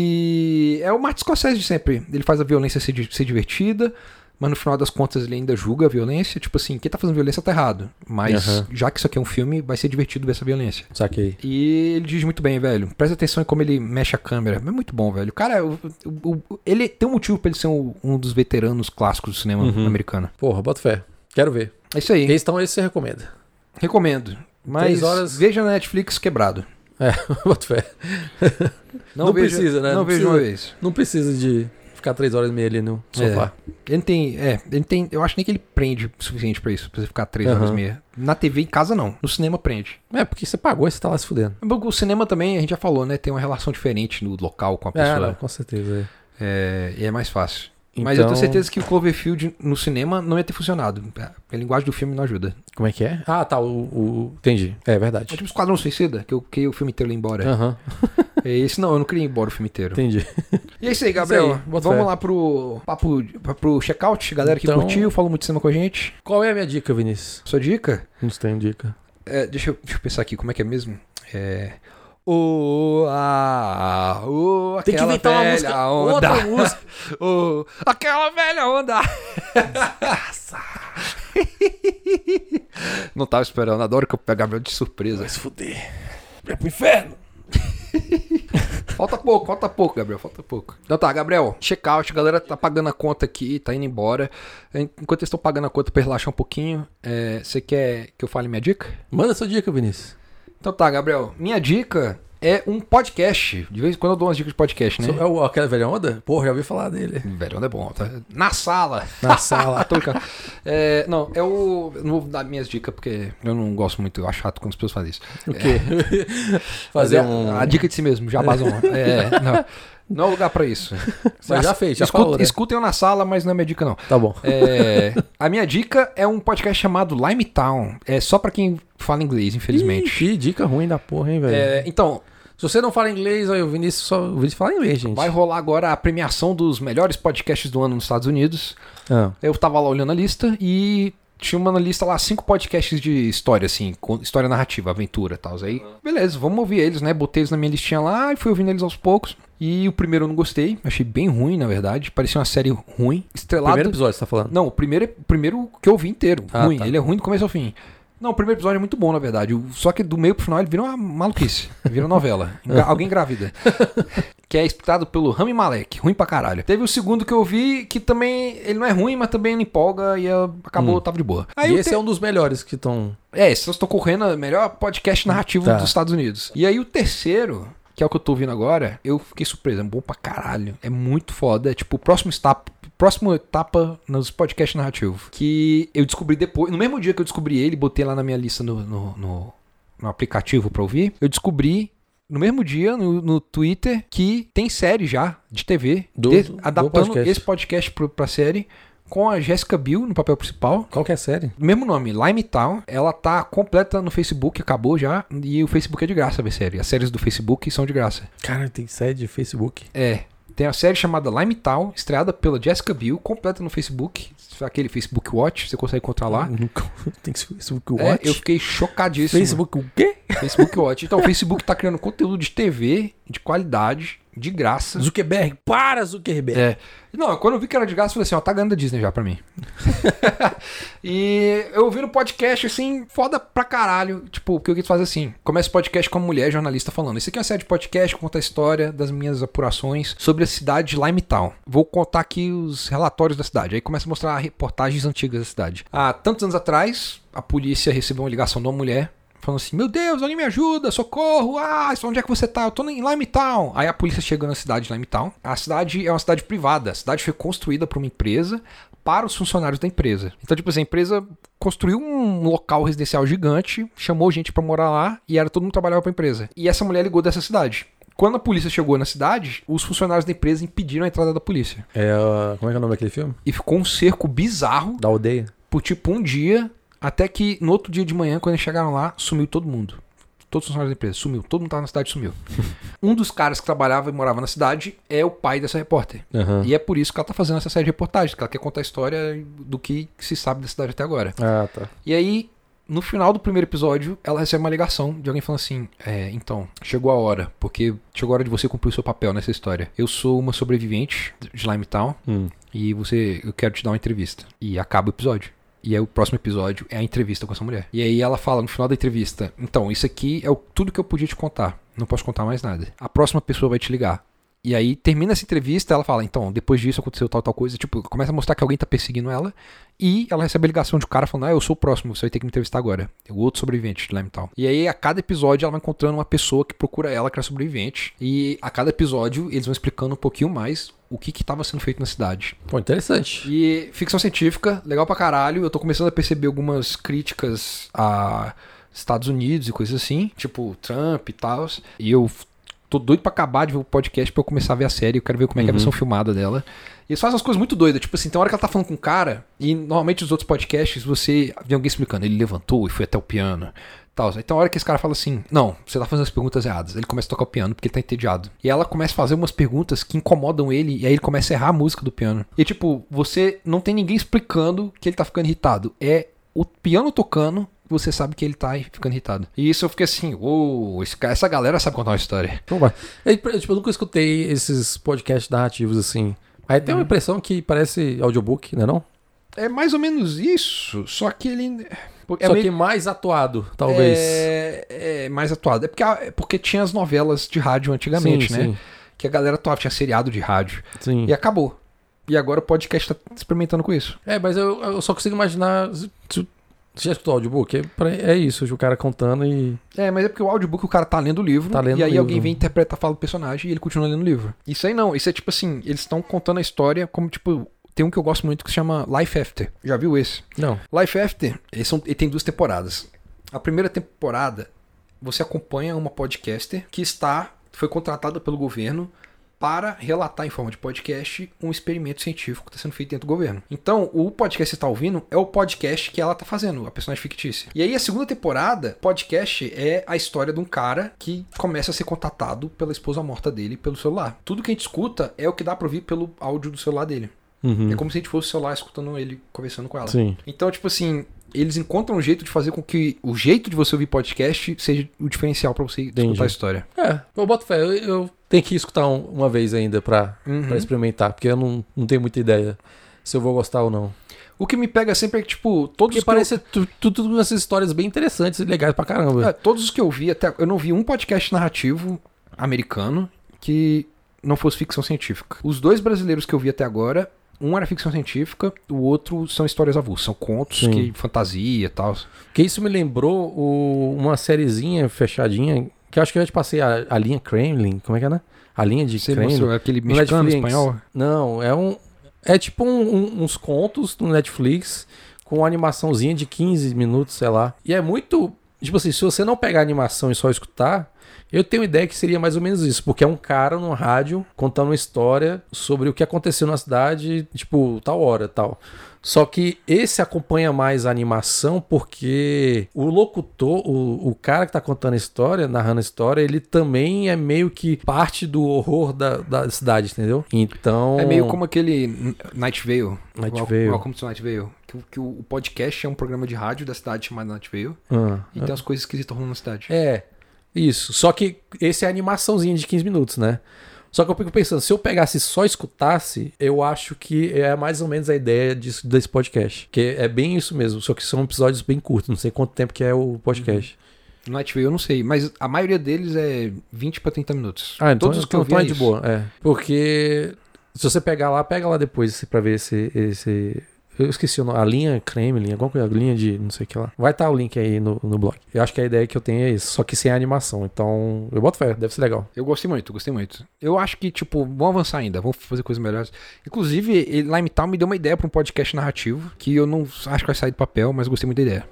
E é o Martin Scorsese de sempre. Ele faz a violência ser, di- ser divertida. Mas no final das contas ele ainda julga a violência. Tipo assim, quem tá fazendo violência tá errado. Mas
Aham.
já que isso aqui é um filme, vai ser divertido ver essa violência.
Saquei.
E ele diz muito bem, velho. Presta atenção em como ele mexe a câmera. É muito bom, velho. O cara, o- o- o- ele tem um motivo pra ele ser um, um dos veteranos clássicos do cinema
Uhum.
americano.
Porra, bota fé. Quero ver.
É isso aí.
Esse, então, esse você recomenda. [laughs]
Recomendo. Mas
Três horas-
veja na Netflix quebrado.
É, bota fé. Não
veja-
precisa, né?
Não,
Não
veja uma vez.
Não precisa de ficar três horas e meia ali no sofá.
Ele não tem, é, ele não tem, eu acho nem que ele prende o suficiente pra isso, pra você ficar três horas e
Aham.
meia. Na TV em casa não, no cinema prende.
É, porque você pagou e você tá lá se fudendo.
O cinema também, a gente já falou, né, tem uma relação diferente no local com a
É,
pessoa.
não, com certeza.
É,
é.
e é mais fácil. Mas eu
Então-
tenho certeza que o Cloverfield no cinema não ia ter funcionado. É, A linguagem do filme não ajuda.
Como é que é? Ah, tá. O, o- Entendi. É
É
verdade.
tipo Esquadrão Suicida, que eu criei o filme inteiro e ia
[laughs]
embora.
Aham,
É Esse não, eu não queria ir embora o filme inteiro.
entendi.
E é isso aí, Gabriel.
Isso aí, bota
Vamos
fé.
lá pro papo, pra- pro check-out, galera que
Então-
curtiu, falou muito de cinema com a gente.
Qual é a minha dica, Vinícius?
Sua dica?
Não tenho dica.
É, deixa, eu, deixa eu pensar aqui, como é que é mesmo? É. Ô, ah, ô, aquela
Tem que inventar uma
velha
música.
onda.
[laughs] Outra música.
Ô, aquela velha onda. [laughs] Não tava esperando, adoro que eu pego Gabriel de surpresa.
Vai se fuder. Vai pro inferno.
Falta pouco, falta pouco, Gabriel, falta pouco. Então tá, Gabriel, check-out, a galera tá pagando a conta aqui, tá indo embora. Enquanto eles estão pagando a conta pra relaxar um pouquinho, é, você quer que eu fale minha dica?
Manda sua dica, Vinícius.
Então tá, Gabriel, minha dica é um podcast. De vez em quando eu dou umas dicas de podcast, né?
É o, aquela velha onda? Porra, já ouvi falar dele.
Velho, onda é bom, tá? Na sala.
Na sala.
Tô brincando. [laughs] É, não, é o. eu Não vou dar minhas dicas, porque eu não gosto muito, eu acho chato quando as pessoas fazem isso.
O [laughs] quê? É. Fazer
Mas é
um.
A dica de si mesmo, jabazão.
[laughs]
é, não. Não é lugar pra isso.
Mas já fez, já
Escuta-
falou, né?
Escutem eu na sala, mas não é minha dica, não.
Tá bom.
É, a minha dica é um podcast chamado Lime Town. É só pra quem fala inglês,
Ih,
infelizmente.
que dica ruim da porra, hein, velho?
É, então,
Se você não fala inglês, aí o Vinícius só. O Vinícius fala inglês, gente.
vai rolar agora a premiação dos melhores podcasts do ano nos Estados Unidos.
Ah,
Eu tava lá olhando a lista e tinha uma na lista lá cinco podcasts de história, assim, com- história narrativa, aventura e tal. Aí, beleza, vamos ouvir eles, né? Botei eles na minha listinha lá e fui ouvindo eles aos poucos. E o primeiro eu não gostei, achei bem ruim, na verdade. Parecia uma série ruim, estrelada.
Primeiro episódio, você tá falando.
Não, o primeiro, é- o primeiro que eu vi inteiro.
Ah,
ruim.
tá.
Ele é ruim do começo ao fim. Não, o primeiro episódio é muito bom, na verdade. O- Só que do meio pro final ele vira uma maluquice. Vira novela.
[laughs]
Engra- Alguém grávida. que é explicado pelo Rami Malek. Ruim pra caralho. Teve o segundo que eu vi, que também... Ele não é ruim, mas também não empolga. E ah, acabou, tava de boa. Aí
Hum. e
o
esse
te-
é um dos melhores que estão.
é, se eu estou correndo, é o melhor podcast narrativo
Tá.
dos Estados Unidos. E aí o terceiro, que é o que eu tô ouvindo agora, eu fiquei surpreso. É bom pra caralho. É muito foda. É tipo, o próximo etapa, próximo etapa nos podcasts narrativos. Que eu descobri depois. No mesmo dia que eu descobri ele, botei lá na minha lista no, no, no- no aplicativo pra ouvir, eu descobri. No mesmo dia, no, no Twitter, que tem série já de TV,
Do-
de-
do
adaptando
podcast.
esse podcast pro, pra série, com a Jessica Biel no papel principal.
Qual que é a série?
Mesmo nome, Lime Town. Ela tá completa no Facebook, acabou já. E o Facebook é de graça, a série. As séries do Facebook são de graça.
Cara, tem série de Facebook.
É. Tem a série chamada Lime Town, estreada pela Jessica Biel, completa no Facebook. Aquele Facebook Watch, você consegue encontrar lá.
Nunca- [laughs] Tem Facebook
É,
Watch?
eu fiquei chocadíssimo. [laughs]
Facebook o quê?
Facebook Watch. Então, o Facebook tá criando conteúdo de TV de qualidade de graça.
[laughs] Zuckerberg, para Zuckerberg.
É. Não, quando eu vi que era de graça, eu falei assim, ó, tá ganhando da Disney já pra mim. [laughs] e eu ouvi no podcast, assim, foda pra caralho. Tipo, porque eu quis fazer assim, começa o podcast com uma mulher jornalista falando. Isso aqui é uma série de podcast, conta a história das minhas apurações sobre a cidade de Lime Town. Vou contar aqui os relatórios da cidade. Aí começa a mostrar reportagens antigas da cidade. Há tantos anos atrás, a polícia recebeu uma ligação de uma mulher falando assim: Meu Deus, alguém me ajuda, socorro, ah, onde é que você tá? Eu tô em Limetown. Aí a polícia chega na cidade de Limetown. A cidade é uma cidade privada, a cidade foi construída por uma empresa para os funcionários da empresa. Então, tipo assim, a empresa construiu um local residencial gigante, chamou gente pra morar lá e era todo mundo trabalhava pra empresa. E essa mulher ligou dessa cidade. Quando a polícia chegou na cidade, os funcionários da empresa impediram a entrada da polícia.
É, ah, como é que é o nome daquele filme?
E ficou um cerco bizarro
Da aldeia.
por tipo um dia, até que no outro dia de manhã, quando eles chegaram lá, sumiu todo mundo. Todos os funcionários da empresa, sumiu. Todo mundo tava na cidade, sumiu. um dos caras que trabalhava e morava na cidade é o pai dessa repórter.
Aham.
E é por isso que ela tá fazendo essa série de reportagens, que ela quer contar a história do que se sabe da cidade até agora.
Ah, tá.
E aí, no final do primeiro episódio, ela recebe uma ligação de alguém falando assim: é, então, chegou a hora, porque chegou a hora de você cumprir o seu papel nessa história. Eu sou uma sobrevivente de Limetown
Hum.
e você, eu quero te dar uma entrevista. E acaba o episódio. E aí o próximo episódio é a entrevista com essa mulher. E aí ela fala no final da entrevista: Então, isso aqui é o- tudo que eu podia te contar. Não posso contar mais nada. A próxima pessoa vai te ligar. E aí termina essa entrevista, ela fala: Então, depois disso aconteceu tal, tal coisa. Tipo, começa a mostrar que alguém tá perseguindo ela. E ela recebe a ligação de um cara falando: Ah, eu sou o próximo, você vai ter que me entrevistar agora. É O outro sobrevivente de Lime Town. E aí, a cada episódio, ela vai encontrando uma pessoa que procura ela, que era sobrevivente. E a cada episódio, eles vão explicando um pouquinho mais o que que estava sendo feito na cidade.
Pô, interessante.
E ficção científica, legal pra caralho. Eu tô começando a perceber algumas críticas a Estados Unidos e coisas assim, tipo Trump e tal. E eu f- tô doido pra acabar de ver o podcast pra eu começar a ver a série. Eu quero ver como é que é a versão filmada dela. E eles fazem umas coisas muito doidas. Tipo assim, tem hora que ela tá falando com um cara, e normalmente os outros podcasts você vê alguém explicando. Ele levantou e foi até o piano. Tal. Aí tem uma hora que esse cara fala assim: Não, você tá fazendo as perguntas erradas. Ele começa a tocar o piano porque ele tá entediado. E ela começa a fazer umas perguntas que incomodam ele, e aí ele começa a errar a música do piano. E tipo, você não tem ninguém explicando que ele tá ficando irritado. É o piano tocando, você sabe que ele tá aí ficando irritado. E isso eu fiquei assim: Uou, esse cara- essa galera sabe contar uma história.
Então vai. É, tipo, eu nunca escutei esses podcasts narrativos assim. Aí tem uma impressão que parece audiobook, né não?
É mais ou menos isso, só que ele. É
Só
meio-
que mais atuado, talvez.
É, é mais atuado. É porque, a- é porque tinha as novelas de rádio antigamente,
Sim,
né?
sim.
Que a galera atuava, tinha seriado de rádio.
Sim.
E acabou. E agora o podcast tá experimentando com isso.
É, mas eu, eu só consigo imaginar. se- se- Você já escutou o audiobook? É, pra- é isso, o cara contando e.
É, mas é porque o audiobook o cara tá lendo o livro.
Tá lendo
e
o
aí
livro.
alguém vem interpretar, fala do personagem e ele continua lendo o livro. Isso aí não. Isso é tipo assim, eles estão contando a história como tipo. Tem um que eu gosto muito que se chama Life After. Já viu esse?
Não.
Life After, eles são- ele tem duas temporadas. A primeira temporada, você acompanha uma podcaster que está foi contratada pelo governo para relatar em forma de podcast um experimento científico que está sendo feito dentro do governo. Então, o podcast que você está ouvindo é o podcast que ela está fazendo, a personagem fictícia. E aí, a segunda temporada, podcast é a história de um cara que começa a ser contatado pela esposa morta dele pelo celular. Tudo que a gente escuta é o que dá para ouvir pelo áudio do celular dele. É como se a gente fosse o celular escutando ele conversando com ela.
Uhum, Hum. Sim.
Então, tipo assim, eles encontram um jeito de fazer com que o jeito de você ouvir podcast seja o diferencial pra você
Entendi.
escutar a história.
É, eu boto fé. Eu, eu tenho que escutar um- uma vez ainda pra, pra experimentar, porque eu não, não tenho muita ideia se eu vou gostar ou não.
O que me pega sempre é que, tipo, todos
Porque
os que
parece tu- tu- tudo essas histórias bem interessantes e legais pra
eu,
caramba.
é, todos os que eu vi até eu não vi um podcast narrativo americano que não fosse ficção científica. Os dois brasileiros que eu vi até agora, um era ficção científica, o outro são histórias avulsas, são contos
Sim.
que fantasia e tal.
Porque isso me lembrou o- uma sériezinha fechadinha, que eu acho que eu já te passei a, a linha Kremlin. Como é que é, né? A linha é de
Você
Kremlin.
mostrou aquele mexicano,
Netflix.
espanhol?
Não, é um. É tipo um- um- uns contos no Netflix com uma animaçãozinha de 15 minutos, sei lá. E é muito. Tipo assim, se você não pegar a animação e só escutar, eu tenho ideia que seria mais ou menos isso, porque é um cara no rádio contando uma história sobre o que aconteceu na cidade, tipo, tal hora, tal. Só que esse acompanha mais a animação porque o locutor, o, o cara que tá contando a história, narrando a história, ele também é meio que parte do horror da, da cidade, entendeu? Então.
É meio como aquele N- Night Vale.
Night
Wel-
Vale.
Welcome to Night Vale. Que, o- que o o podcast é um programa de rádio da cidade chamado Night Vale.
Ah,
E tem as coisas esquisitas rolando na cidade.
é, isso. Só que esse é a animaçãozinha de 15 minutos, né? Só que eu fico pensando, se eu pegasse e só escutasse, eu acho que é mais ou menos a ideia disso, desse podcast. Que é bem isso mesmo, só que são episódios bem curtos, não sei quanto tempo que é o podcast.
Uhum. No HBO eu não sei, mas a maioria deles é 20 pra 30 minutos.
Ah, então,
Todos os que eu vi
então
é
é de
isso.
boa, é. Porque se você pegar lá, pega lá depois esse- pra ver esse... esse... Eu esqueci o nome, a linha Kremlin, alguma coisa, a linha de não sei o que lá. Vai estar o link aí no, no blog. Eu acho que a ideia que eu tenho é isso, só que sem a animação. Então, eu boto fé, deve ser legal.
Eu gostei muito, gostei muito. Eu acho que, tipo, vão avançar ainda, vão fazer coisas melhores. Inclusive, ele, Lime Town me deu uma ideia pra um podcast narrativo, que eu não acho que vai sair do papel, mas gostei muito da ideia.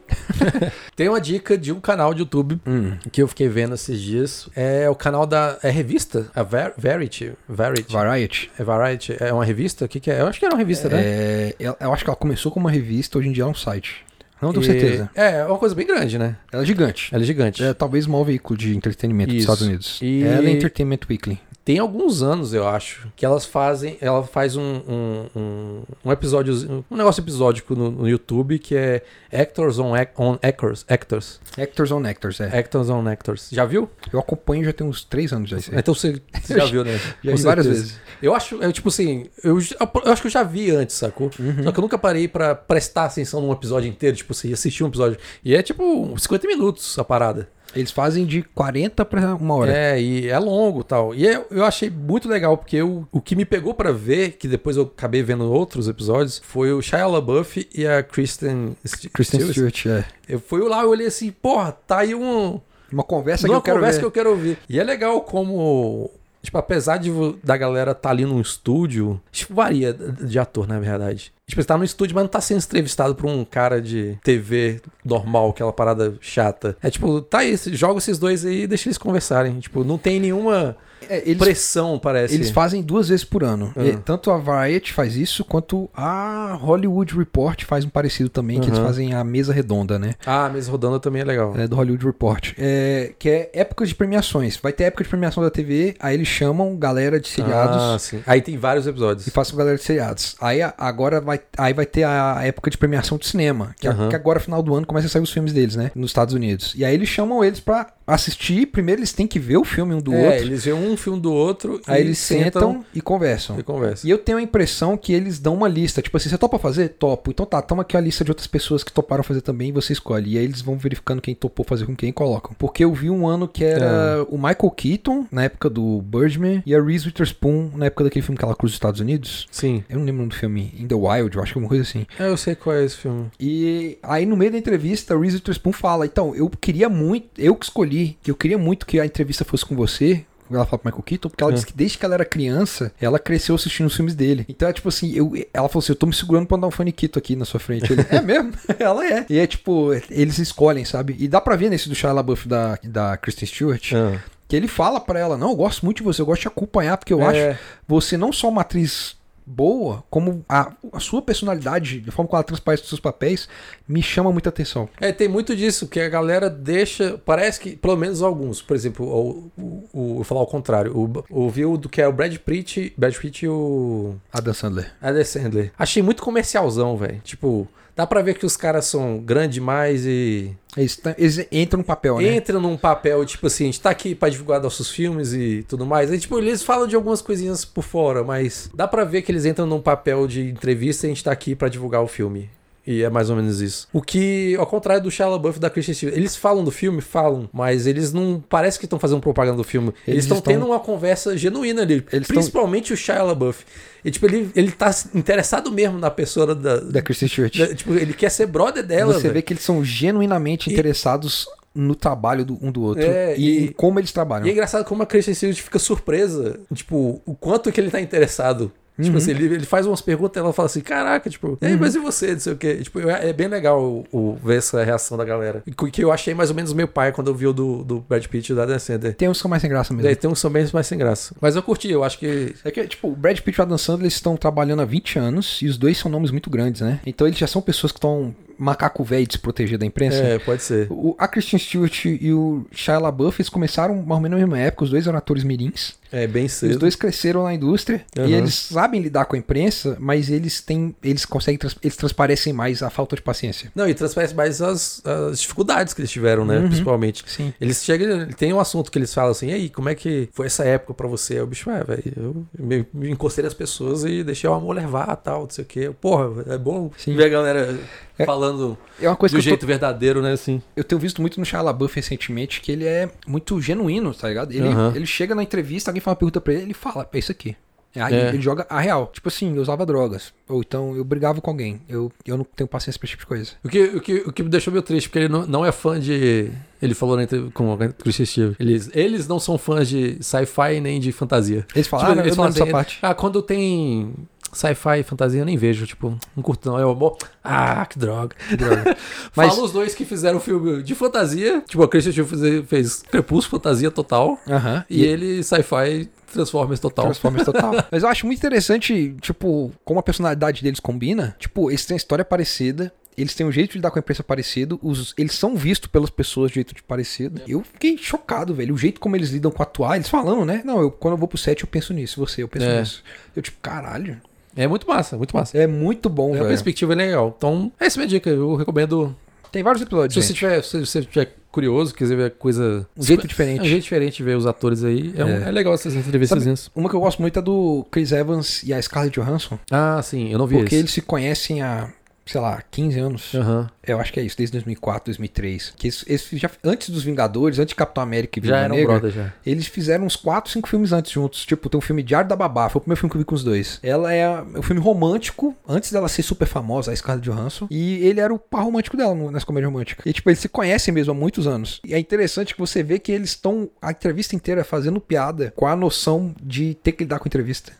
Tem uma dica de um canal de YouTube
Hum,
que eu fiquei vendo esses dias. É o canal da. É revista? A Ver- Verity. Verity.
Variety.
é Variety. É uma revista? O que, que é? Eu acho que era uma revista, né?
É, eu, eu acho que ela começou como uma revista, hoje em dia é um site. Não tenho
E-
certeza.
É, é uma coisa bem grande, né?
Ela é gigante.
Ela é gigante.
É, talvez o maior veículo de entretenimento dos
Isso.
Estados Unidos.
E-
Ela é Entertainment Weekly.
Tem alguns anos, eu acho, que elas fazem. Ela faz um, um, um, um episódio. Um negócio episódico no, no YouTube que é Actors on, Ac- on Actors. Actors.
Actors on Actors, é.
Actors on Actors. Já viu?
Eu acompanho já tem uns três anos [laughs] já isso aí.
Então você, você já viu, né?
Já
Com
vi várias
certeza.
vezes.
Eu acho, eu, tipo assim, eu, j- eu acho que eu já vi antes, sacou? Só que eu nunca parei pra prestar atenção num episódio inteiro, tipo assim, assistir um episódio. E é tipo 50 minutos a parada.
Eles fazem de 40 pra uma hora.
É, e é longo e tal. E eu, eu achei muito legal, porque eu, o que me pegou pra ver, que depois eu acabei vendo outros episódios, foi o Shia LaBeouf e a Kristen, St-
Christian Stewart, é.
Eu fui lá e olhei assim, porra, tá aí um,
Uma conversa
numa
que eu quero
conversa
ver.
que eu quero ouvir. E é legal como. Tipo, apesar de, vo- da galera tá ali num estúdio, tipo, varia de de ator, na verdade. Tipo, você tá no estúdio, mas não tá sendo entrevistado por um cara de TV normal, aquela parada chata. É tipo, tá aí, joga esses dois aí e deixa eles conversarem. Tipo, não tem nenhuma
É, eles,
pressão, parece.
eles fazem duas vezes por ano.
Ah.
E tanto a Variety faz isso, quanto a Hollywood Report faz um parecido também, que eles
Aham.
fazem a mesa redonda, né?
Ah, mas rodando também é legal.
É, do Hollywood Report. É, que é épocas de premiações. Vai ter época de premiação da TV, aí eles chamam galera de seriados.
Ah, sim. Aí tem vários episódios.
E façam galera de seriados. Aí a- agora vai, aí vai ter a época de premiação de cinema, que, a-
Aham.
que agora final do ano começa a sair os filmes deles, né? Nos Estados Unidos. E aí eles chamam eles pra assistir. Primeiro eles têm que ver o filme um do
é,
outro.
eles veem um filme do outro,
Aí
e
eles sentam e conversam.
e conversam.
E eu tenho a impressão que eles dão uma lista, tipo assim, você topa fazer? Topo. Então tá, toma aqui a lista de outras pessoas que toparam fazer também e você escolhe. E aí eles vão verificando quem topou fazer com quem e colocam. Porque eu vi um ano que era o Michael Keaton, na época do Birdman, e a Reese Witherspoon, na época daquele filme que ela cruza os Estados Unidos.
Sim.
Eu não lembro o nome do filme, In the Wild, eu acho que é alguma coisa assim.
É, eu sei qual é esse [laughs] filme.
E aí no meio da entrevista, a Reese Witherspoon fala, então, eu queria muito, eu que escolhi, que eu queria muito que a entrevista fosse com você, ela fala pro Michael Keaton, porque ela
É.
disse que desde que ela era criança, ela cresceu assistindo os filmes dele. Então é tipo assim, eu, ela falou assim, eu tô me segurando pra dar um faniquito aqui na sua frente. Ele, é mesmo? ela é. E é tipo, eles escolhem, sabe? E dá pra ver nesse do Shia LaBeouf da, da Kristen Stewart,
Ah.
que ele fala pra ela, não, eu gosto muito de você, eu gosto de acompanhar, porque eu acho
É.
você não só uma atriz boa, como a, a sua personalidade, a forma como ela transparece os seus papéis, me chama muita atenção.
É, tem muito disso, que a galera deixa. Parece que, pelo menos alguns, por exemplo, o, o- o- eu vou falar ao contrário. O, eu vi o do que é o Brad Pitt, Brad Pitt e o
Adam Sandler.
Adam Sandler. Achei muito comercialzão, velho. Tipo, dá pra ver que os caras são grandes demais e
Eles, tá- eles entram no papel, né?
entra num papel, tipo assim, a gente tá aqui pra divulgar nossos filmes e tudo mais. Aí, tipo, eles falam de algumas coisinhas por fora, mas dá pra ver que eles entram num papel de entrevista e a gente tá aqui pra divulgar o filme. E é mais ou menos isso. O que, ao contrário do Shia LaBeouf e da Christian Stewart, eles falam do filme, falam, mas eles não parece que estão fazendo propaganda do filme. Eles
Eles
estão
estão-
tendo uma conversa genuína ali,
Eles estão-
principalmente o Shia LaBeouf. E tipo, ele, ele tá interessado mesmo na pessoa da,
Da Kristen Stewart.
da- tipo, ele quer ser brother dela,
você
velho.
vê que eles são genuinamente
E-
interessados no trabalho do, um do outro
É,
e,
e-
em como eles
E é
trabalham.
engraçado como a Christian Stewart fica surpresa, tipo, o quanto que ele tá interessado.
Uhum.
Tipo assim, ele, ele faz umas perguntas e ela fala assim, caraca, tipo, "Ei, mas e você? Não sei o quê. Tipo, é, é bem legal o, o- ver essa reação da galera. E que eu achei mais ou menos meu pai quando eu vi o do, do Brad Pitt e da Dan Sandler.
Tem uns que são mais sem graça mesmo.
Daí tem uns também mais sem graça. Mas eu curti, eu acho que.
É que, tipo, o Brad Pitt e o Adam Sandler eles estão trabalhando há 20 anos e os dois são nomes muito grandes, né? Então eles já são pessoas que estão macaco velho desprotegido da imprensa.
É, pode ser.
O, a Christian Stewart e o Shia LaBeouf eles começaram mais ou menos na mesma época, os dois eram atores mirins.
É bem
Os
cedo.
dois cresceram na indústria
Aham.
e eles sabem lidar com a imprensa, mas eles têm, eles conseguem, trans- eles transparecem mais a falta de paciência.
Não, e transparece mais as, as dificuldades que eles tiveram, né?
Uhum.
Principalmente.
Sim.
Eles chegam, tem um assunto que eles falam assim, e aí, como é que foi essa época pra você? Aí o bicho, é, velho, eu me, me encostei nas pessoas e deixei o amor levar, tal, não sei o quê. Porra, é bom
Sim.
ver a galera
É.
falando
É uma coisa
do
que eu, tô-
jeito verdadeiro, né, assim.
eu tenho visto muito no Shia LaBeouf recentemente que ele é muito genuíno, tá ligado? Ele,
Aham.
ele chega na entrevista, alguém faz uma pergunta pra ele, ele fala, é isso aqui. Aí
É.
ele joga a real. Tipo assim, eu usava drogas. Ou então eu brigava com alguém. Eu, eu não tenho paciência pra esse tipo de coisa.
O que, o, que, o que me deixou meio triste, porque ele não, não é fã de. Ele falou na entrevista com o Christian Stewart. Eles, eles não são fãs de sci-fi nem de fantasia.
Eles
Tipo,
falaram, ah, eu
eles
não
falam
lembro dessa
assim,
parte.
Ah, quando tem sci-fi e fantasia, eu nem vejo, tipo, não curto não. Eu, bom, ah, que droga.
Droga.
[laughs] Mas...
Mas-
Fala os dois que fizeram um filme de fantasia. Tipo, a Christian Stewart fez, fez Crepúsculo, fantasia total.
Aham.
E, ele, sci-fi, Transformers total.
Transformers
[laughs]
total. Mas eu acho muito interessante, tipo, como a personalidade deles combina. Tipo, eles têm a história parecida. Eles têm um jeito de lidar com a imprensa parecido, os, eles são vistos pelas pessoas de um jeito de
É.
parecido. Eu fiquei chocado, velho. O jeito como eles lidam com atuar, eles falando, né? Não, eu, quando eu vou pro set, eu penso nisso, você, eu penso
É.
nisso. Eu, tipo, caralho.
É muito massa, muito massa.
É muito bom,
É uma
velho.
perspectiva legal. Então, essa é a minha dica. Eu recomendo
Tem vários
Se
episódios.
você
gente.
tiver, se você tiver curioso, quiser ver coisa.
Um jeito diferente.
Um jeito diferente de ver os atores aí. É, um-
É.
é legal essas entrevistas.
Uma que eu gosto muito é do Chris Evans e a Scarlett Johansson,
Ah, sim, eu não vi
porque
esse.
eles se conhecem há, sei lá, 15 anos.
Aham.
Eu acho que é isso, desde 2004, 2003. Que eles, eles já, antes dos Vingadores, antes de Capitão América e Viúva
Já eram
Negra,
brother já.
eles fizeram uns 4, 5 filmes antes juntos. Tipo, tem um filme Diário da Babá, foi o primeiro filme que eu vi com os dois. Ela é a- é um filme romântico, antes dela ser super famosa, a Scarlett Johansson. E ele era o par romântico dela no- nas comédias românticas. E, tipo, eles se conhecem mesmo há muitos anos. E é interessante que você vê que eles estão a entrevista inteira fazendo piada com a noção de ter que lidar com
[laughs]
entrevista.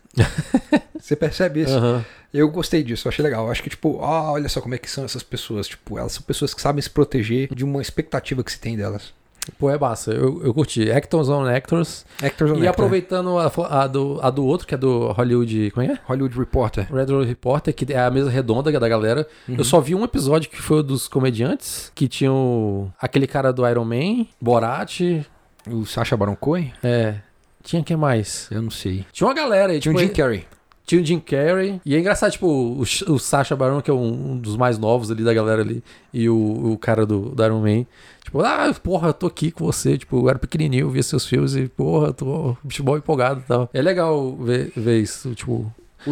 você percebe isso?
Aham.
Eu gostei disso, eu achei legal. Eu acho que, tipo, ah, olha só como é que são essas pessoas. Tipo, elas são pessoas que sabem se proteger de uma expectativa que se tem delas.
Pô, é massa. Eu, eu curti. Actors on Actors.
Actors on Actor,
E aproveitando a, fo- a do, a do outro, que é do Hollywood. Como é?
né? Hollywood Reporter.
Red Road Reporter, que é a mesa redonda da galera.
Uhum.
Eu só vi um episódio que foi o dos comediantes, que tinha o- aquele cara do Iron Man, Borat.
O Sacha Baron Cohen?
É. Tinha quem mais?
Eu não sei.
Tinha uma galera aí,
Tinha o
tipo,
Jim Carrey.
Tinha o Jim Carrey. E é engraçado, tipo, o, o Sacha Baron, que é um, um dos mais novos ali da galera ali, e o, o cara do, do Iron Man. Tipo, ah, porra, eu tô aqui com você. Tipo, eu era pequenininho, eu via seus filmes e, porra, eu tô futebol empolgado e tal. É legal ver, ver isso, tipo...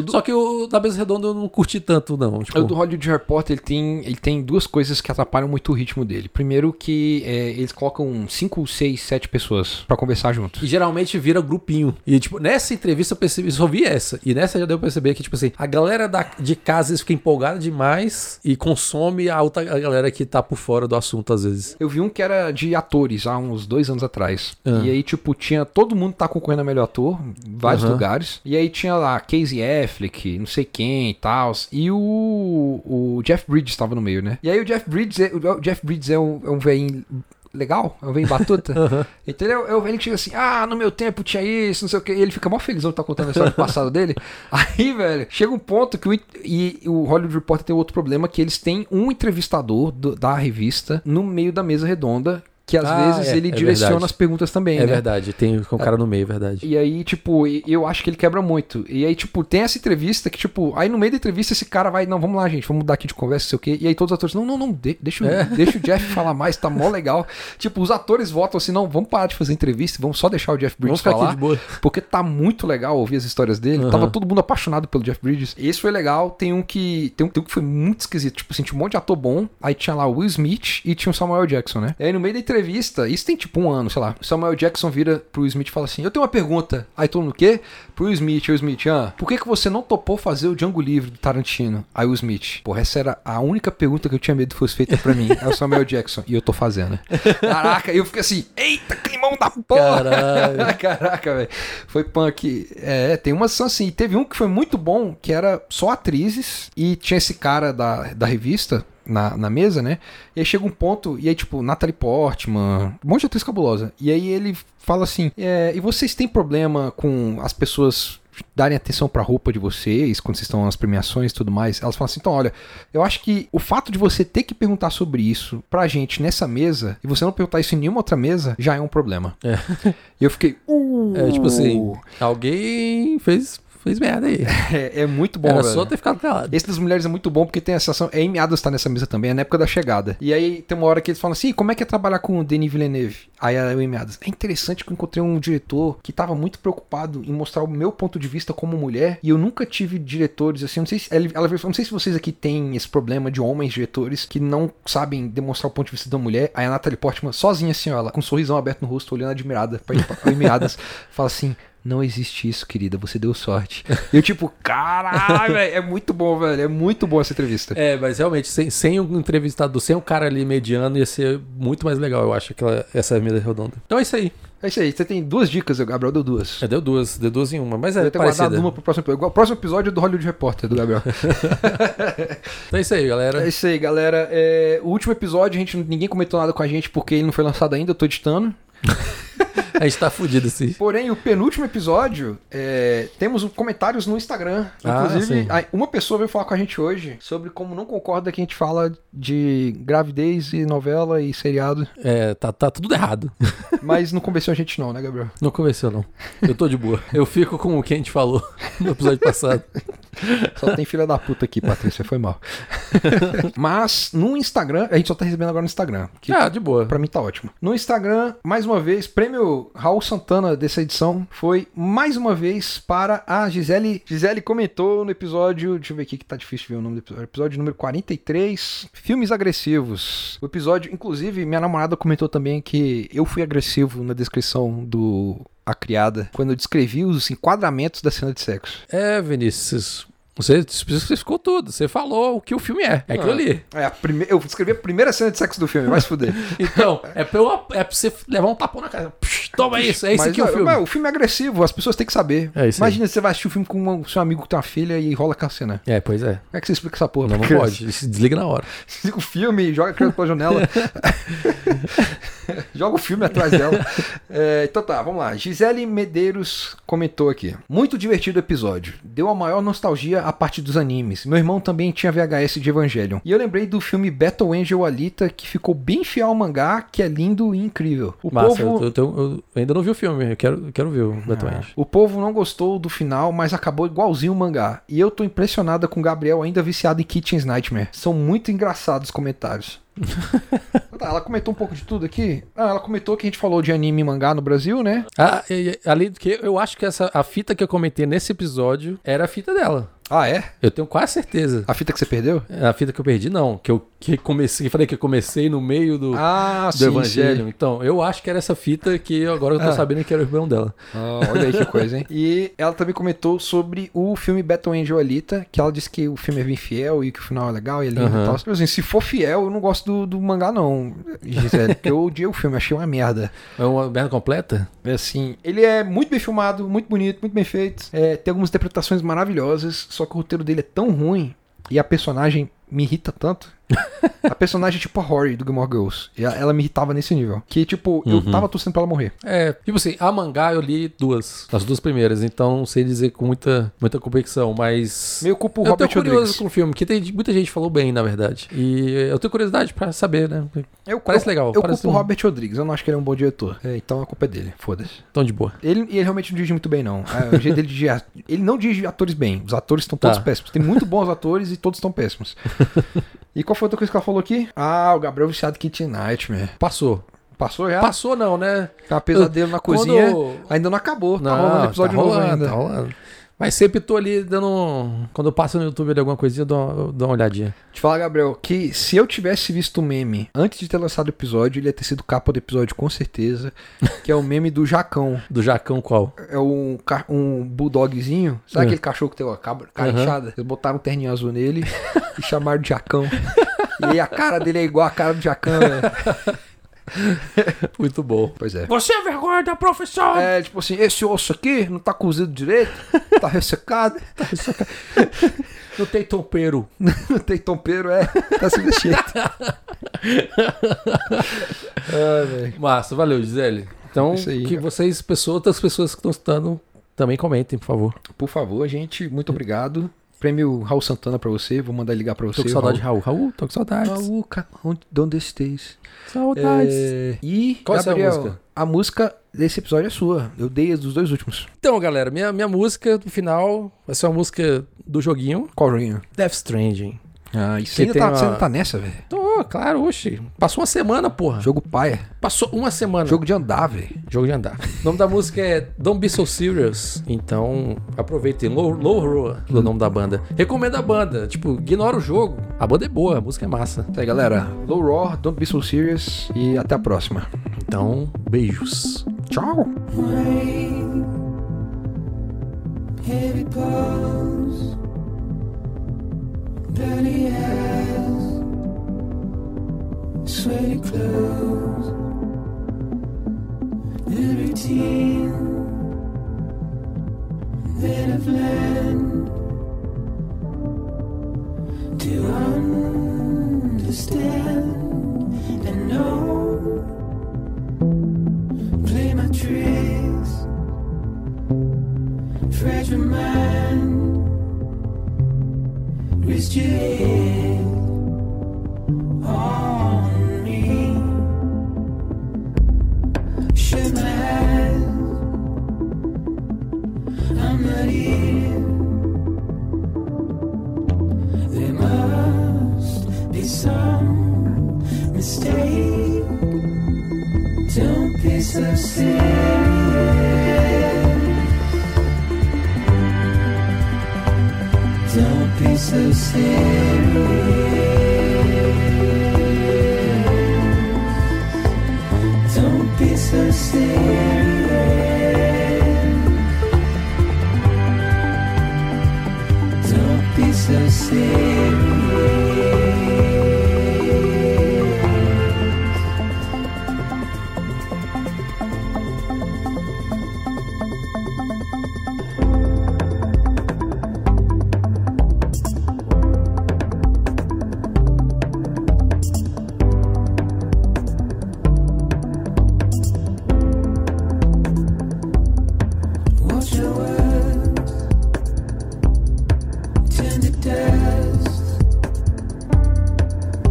Só que o da Mesa Redonda eu não curti tanto, não. Tipo,
O do Hollywood Reporter, ele tem, ele tem duas coisas que atrapalham muito o ritmo dele. Primeiro que é, eles colocam 5, 6, 7 pessoas pra conversar juntos.
E geralmente vira grupinho. E, tipo, nessa entrevista eu percebi, só vi essa. E nessa já deu pra perceber que, tipo assim, a galera da, de casa às vezes, fica empolgada demais e consome a outra a galera que tá por fora do assunto, às vezes.
Eu vi um que era de atores há uns dois anos atrás.
Ah.
E aí, tipo, tinha. Todo mundo tá concorrendo a melhor ator, vários
Aham.
lugares. E aí tinha lá Casey Affleck, não sei quem e tal. E o, o Jeff Bridges tava no meio, né? E aí o Jeff Bridges é, o Jeff Bridges é um, é um velhinho legal, é um velho
[laughs]
batuta. Então ele é o- é o velho que chega assim, ah, no meu tempo tinha isso, não sei o que. E ele fica mó felizão que tá contando a história do passado dele.
[laughs]
Aí, velho, chega um ponto que o, in- e o Hollywood Reporter tem outro problema, que eles têm um entrevistador do- da revista no meio da mesa redonda, que às
Ah,
vezes
é,
ele
é
direciona
verdade.
as perguntas também, né?
É verdade, tem com o cara no meio, é verdade.
E aí, tipo, e- eu acho que ele quebra muito. E aí, tipo, tem essa entrevista que, tipo, aí no meio da entrevista esse cara vai, não, vamos lá, gente, vamos mudar aqui de conversa, não sei o quê. E aí todos os atores, não, não, não, de- deixa,
É.
o- [laughs] deixa o Jeff falar mais, tá mó legal. Tipo, os atores votam assim, não, vamos parar de fazer entrevista, vamos só deixar o Jeff Bridges
Vamos ficar aqui
falar.
de boa.
Porque tá muito legal ouvir as histórias dele.
Aham.
Tava todo mundo apaixonado pelo Jeff Bridges. Esse foi legal. Tem um que. Tem um, tem um que foi muito esquisito. Tipo, assim, tinha um monte de ator bom. Aí tinha lá o Will Smith e tinha o Samuel Jackson, né? E aí no meio da entrevista, isso tem tipo um ano, sei lá. O Samuel Jackson vira pro Will Smith e fala assim: Eu tenho uma pergunta. Aí todo mundo o quê? Pro Will Smith, aí o Smith, ah, por que, que você não topou fazer o Django Livre do Tarantino? Aí o Smith, porra, essa era a única pergunta que eu tinha medo que fosse feita pra mim. Aí o Samuel Jackson, e eu tô fazendo. [laughs] Caraca, eu fiquei assim, eita, climão da porra!
Caralho.
[laughs] Caraca, velho. Foi punk. É, tem umas são assim. E teve um que foi muito bom, que era só atrizes, e tinha esse cara da, da revista. Na, na mesa, né? E aí chega um ponto, e aí, tipo, Natalie Portman, um monte de atriz cabulosa. E aí ele fala assim: é, e vocês têm problema com as pessoas darem atenção pra roupa de vocês, quando vocês estão nas premiações e tudo mais, elas falam assim: então, olha, eu acho que o fato de você ter que perguntar sobre isso pra gente nessa mesa e você não perguntar isso em nenhuma outra mesa já é um problema.
É.
E eu fiquei, uh,
É, tipo assim, alguém fez, fez merda [laughs] aí.
É, é muito bom,
Era
velho.
só ter ficado calado.
Esse das mulheres é muito bom porque tem a sensação. É Amy Adams tá nessa mesa também, é na época da chegada. E aí tem uma hora que eles falam assim: "E como é que é trabalhar com o Denis Villeneuve? Aí a Amy Adams. É interessante que eu encontrei um diretor que tava muito preocupado em mostrar o meu ponto de vista como mulher. E eu nunca tive diretores assim. eu Não sei se, ela ela virou e falou, não sei se vocês aqui têm esse problema de homens diretores que não sabem demonstrar o ponto de vista da mulher. Aí a Natalie Portman, sozinha assim, ó, ela com um sorrisão aberto no rosto, olhando admirada pra pra Amy
[laughs]
Adams, fala assim. Não existe isso, querida. Você deu sorte. [laughs] Eu, tipo, caralho, velho. É muito bom, velho. É muito boa essa entrevista.
É, mas realmente, sem, sem um entrevistador, sem um cara ali mediano, ia ser muito mais legal, eu acho, aquela, essa mesa redonda. Então é isso aí.
É isso aí. Você tem duas dicas, o Gabriel deu duas.
É, deu duas, deu duas em uma, mas é
Eu tenho guardado
parecida.
uma pro próximo episódio. O próximo episódio é do Hollywood Repórter, do
[laughs]
Gabriel.
Então é isso aí,
é
galera.
isso aí, galera. É, o último episódio, a gente, ninguém comentou nada com a gente porque ele não foi lançado ainda. Eu tô editando.
A gente tá fudido assim.
Porém, o penúltimo episódio, é, temos um- comentários no Instagram.
Ah,
Inclusive,
sim.
a- uma pessoa veio falar com a gente hoje sobre como não concorda que a gente fala de gravidez e novela e seriado.
É, tá, tá tudo errado.
Mas não convenceu a gente não, né, Gabriel?
Não convenceu, não. Eu tô de boa. Eu fico com o que a gente falou [laughs] no episódio passado.
Só tem filha da puta aqui, Patrícia, foi mal. [laughs] Mas no Instagram, a gente só tá recebendo agora no Instagram, que
Ah, de boa.
pra mim tá ótimo. No Instagram, mais uma vez, prêmio Raul Santana dessa edição foi mais uma vez para a Gisele. Gisele comentou no episódio, deixa eu ver aqui que tá difícil de ver o nome do episódio, episódio número 43, filmes agressivos. O episódio, inclusive, minha namorada comentou também que eu fui agressivo na descrição do A Criada, quando eu descrevi os enquadramentos da cena de sexo.
É, Vinícius, você especificou tudo. Você falou o que o filme é. É aquilo
Ah.
ali.
É, a prime... eu escrevi a primeira cena de sexo do filme, vai se fuder.
Então, é pra, eu- é pra você levar um tapão na cara. Psh, Toma isso, [laughs] é isso
Mas,
aqui o
não,
filme.
mas o filme é agressivo, as pessoas têm que saber.
É isso aí.
Imagina se você vai assistir o filme com um- seu amigo que tem uma filha e rola aquela cena.
É, pois é.
Como é que você explica essa porra?
Não, não
pra criança? [laughs]
pode. Isso desliga na hora.
Desliga o filme, joga a criança pela janela.
[laughs]
joga o filme atrás dela. É, então tá, vamos lá. Gisele Medeiros comentou aqui. Muito divertido o episódio. Deu a maior nostalgia à parte dos animes. Meu irmão também tinha VHS de Evangelion. E eu lembrei do filme Battle Angel Alita, que ficou bem fiel ao mangá, que é lindo e incrível. O
Massa,
povo... Ah.
eu, tô- eu- eu ainda não vi o filme. Eu quero, eu quero ver o Beto Anjo.
O povo não gostou do final, mas acabou igualzinho o mangá. E eu tô impressionada com o Gabriel ainda viciado em Kitchen's Nightmare. São muito engraçados os
[laughs]
comentários. Tá, ela comentou um pouco de tudo aqui. Ah, ela comentou que a gente falou de anime e mangá no Brasil, né?
Ah, e- e- além do que, eu acho que essa, a fita que eu comentei nesse episódio era a fita dela.
Ah, é?
Eu tenho quase certeza.
A fita que você perdeu?
A fita que eu perdi, não. Que eu que comecei, falei que eu comecei no meio do,
Ah,
do Evangelho. Então, eu acho que era essa fita que agora eu tô
Ah.
sabendo que era o irmão dela.
Ah, olha aí que coisa,
[laughs]
hein? E ela também comentou sobre o filme Battle Angel Alita, que ela disse que o filme é bem fiel e que o final é legal e é lindo
Aham.
e tal. Tipo assim, se for fiel, eu não gosto do, do mangá, não, Gisele. porque eu odiei o filme, achei uma merda.
É uma merda completa?
É Assim, ele é muito bem filmado, muito bonito, muito bem feito. É, tem algumas interpretações maravilhosas, só que o roteiro dele é tão ruim e a personagem me irrita
[laughs]
tanto. a personagem é tipo a Rory do Gilmore Girls. E a- Ela me irritava nesse nível. Que, tipo,
Uhum.
eu tava torcendo pra ela morrer.
É, tipo assim, a mangá eu li duas, as duas primeiras, então não sei dizer com muita, muita convicção, mas...
Meio culpa o
eu tô
Robert
curioso
Rodrigues.
com o filme, que tem, muita gente falou bem, na verdade. E eu tenho curiosidade pra saber, né?
Eu,
Parece
eu,
legal,
Eu
parece
culpo o
um-
Robert Rodrigues, eu não acho que ele é um bom diretor. É, então a culpa é dele, foda-se.
Tão de boa.
Ele, e ele realmente não dirige muito bem, não. É, o jeito dele dirigir. Ele não dirige atores bem. Os atores estão todos
Tá.
péssimos. Tem muito bons atores e todos estão
[laughs]
péssimos. e qual foi outra coisa que ela falou aqui? Ah, o Gabriel viciado Kitchen Nightmare.
Passou.
Passou já?
Passou não, né?
Tá pesadelo na
Quando-
É. cozinha. Ainda não acabou. tá rolando episódio
tá
novo
rolando,
ainda.
tá rolando. Mas sempre tô ali dando. um- Quando eu passo no YouTube ali alguma coisinha, eu dou, eu dou uma olhadinha.
Te falar, Gabriel, que se eu tivesse visto o meme antes de ter lançado o episódio, ele ia ter sido capa do episódio com certeza. que é o meme do Jacão.
Do
[laughs]
Jacão qual?
É um, ca- um bulldogzinho. Sabe
É.
aquele cachorro que tem uma cabra, cara
Aham.
inchada? Eles botaram um terninho azul nele e chamaram de Jacão. e aí a cara dele é igual a cara do Jacão, né?
Muito bom.
Pois é.
Você é vergonha da profissão!
É, tipo assim, esse osso aqui não tá cozido direito, tá ressecado,
Não tem tompeiro.
não tem tompeiro, é, tá se
[laughs]
mexendo. Ai, velho.
Massa, valeu, Gisele. Então,
Isso aí,
que
cara.
Então, É vocês, pessoas, outras pessoas que estão escutando, Também comentem, por favor.
Por favor, gente, muito obrigado. Prêmio Raul Santana pra você, vou mandar ligar pra você.
Tô com saudade de Raul. Raul, tô com
Raul.
saudades.
Raul, ca- onde- onde estês?
Saudades.
É, E,
Qual é a sua
Gabriel,
música?
a música desse episódio é sua. Eu dei as dos dois últimos.
Então, galera, minha, minha música no final vai ser uma música do joguinho
Qual joguinho?
Death Stranding.
Ah, isso
Que
ainda
tem
tá,
uma-
você ainda tá nessa, velho.
Tô, claro, oxi. Passou uma semana, porra.
Jogo paia.
Passou uma semana.
Jogo de andar, velho.
Jogo de andar. O nome da música é Don't Be So Serious. Então, aproveitem. Low, Low Roar, é o nome da banda. Recomendo a banda. Tipo, ignora o jogo. A banda é boa, a música é massa.
Tá aí, galera. Low Raw, Don't Be So Serious e até a próxima.
Então, beijos.
Tchau!
Heavy paws, dirty hands, sweaty clothes, the routine that I've learned to understand and know. Play my tricks fresh from mine. Risk your head on me. Shut my eyes. I'm not here. There must be some mistake. Don't be so serious. Don't be so serious. Don't be so serious. Don't be so serious. Watch your words turn to dust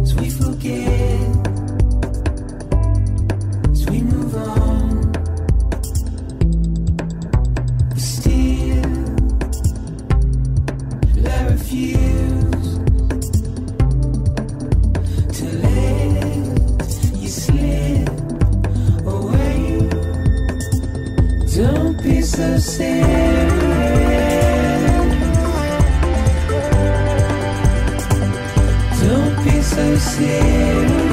as we forget, as we move on. We steal, but I refuse to let you slip away. Don't be so serious. Don't be so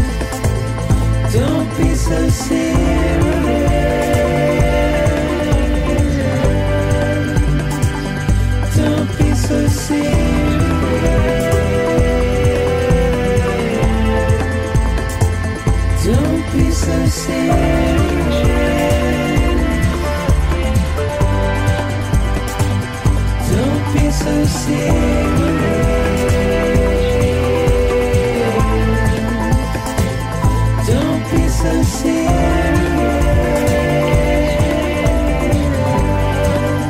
serious. Don't be so serious. Don't be so serious. Don't be so serious. Don't be so serious. Don't be so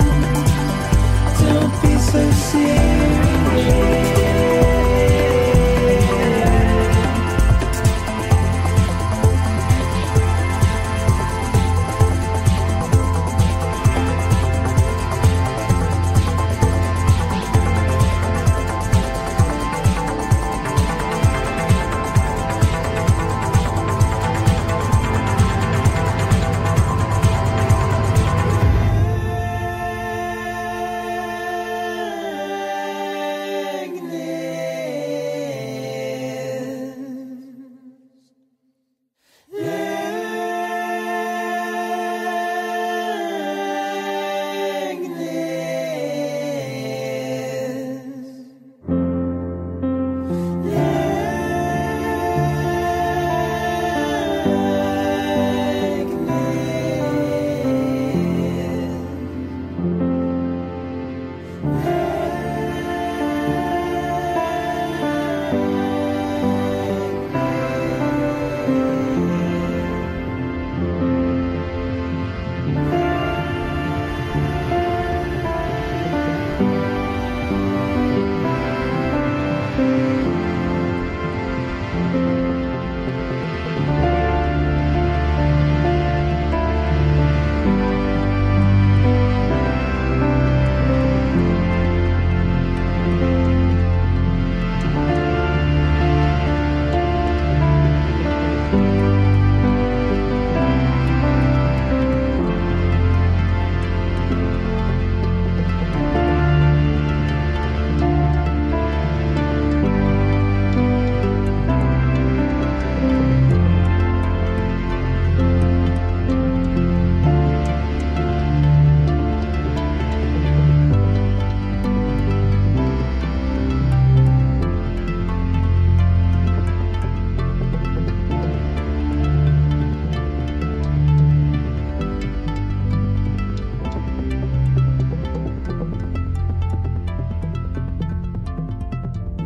serious. Don't be so serious.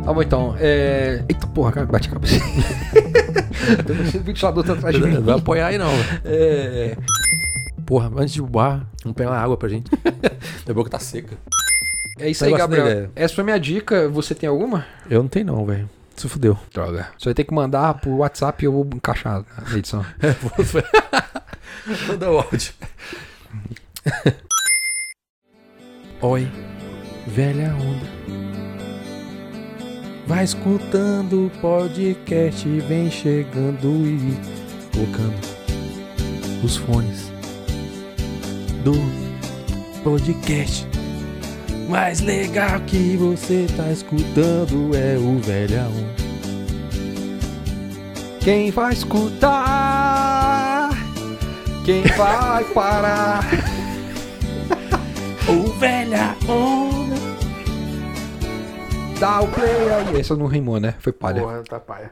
Tá bom, então. É... Eita porra, cara, bate a cabeça. [laughs] Eu não sei o ventilador tá atrás de
Não
mim.
vai apoiar aí não. [laughs]
É...
Porra, antes de bar, vamos pegar uma água pra gente. [laughs] Minha boca tá seca.
é isso
Tá
aí,
gostando da
Gabriel.
ideia.
Essa foi minha dica. Você tem alguma?
Eu não tenho não, velho. Se fudeu.
Droga. Você vai ter que mandar pro WhatsApp e eu vou encaixar na edição.
Manda o áudio. Oi, velha onda. Vai escutando o podcast, vem chegando e colocando os fones do podcast. Mais legal que você tá escutando é o velha onda.
Quem vai escutar? Quem vai parar?
O velha onda.
Dá o play aí. Essa não rimou, né? Foi palha.
Porra, tá paia.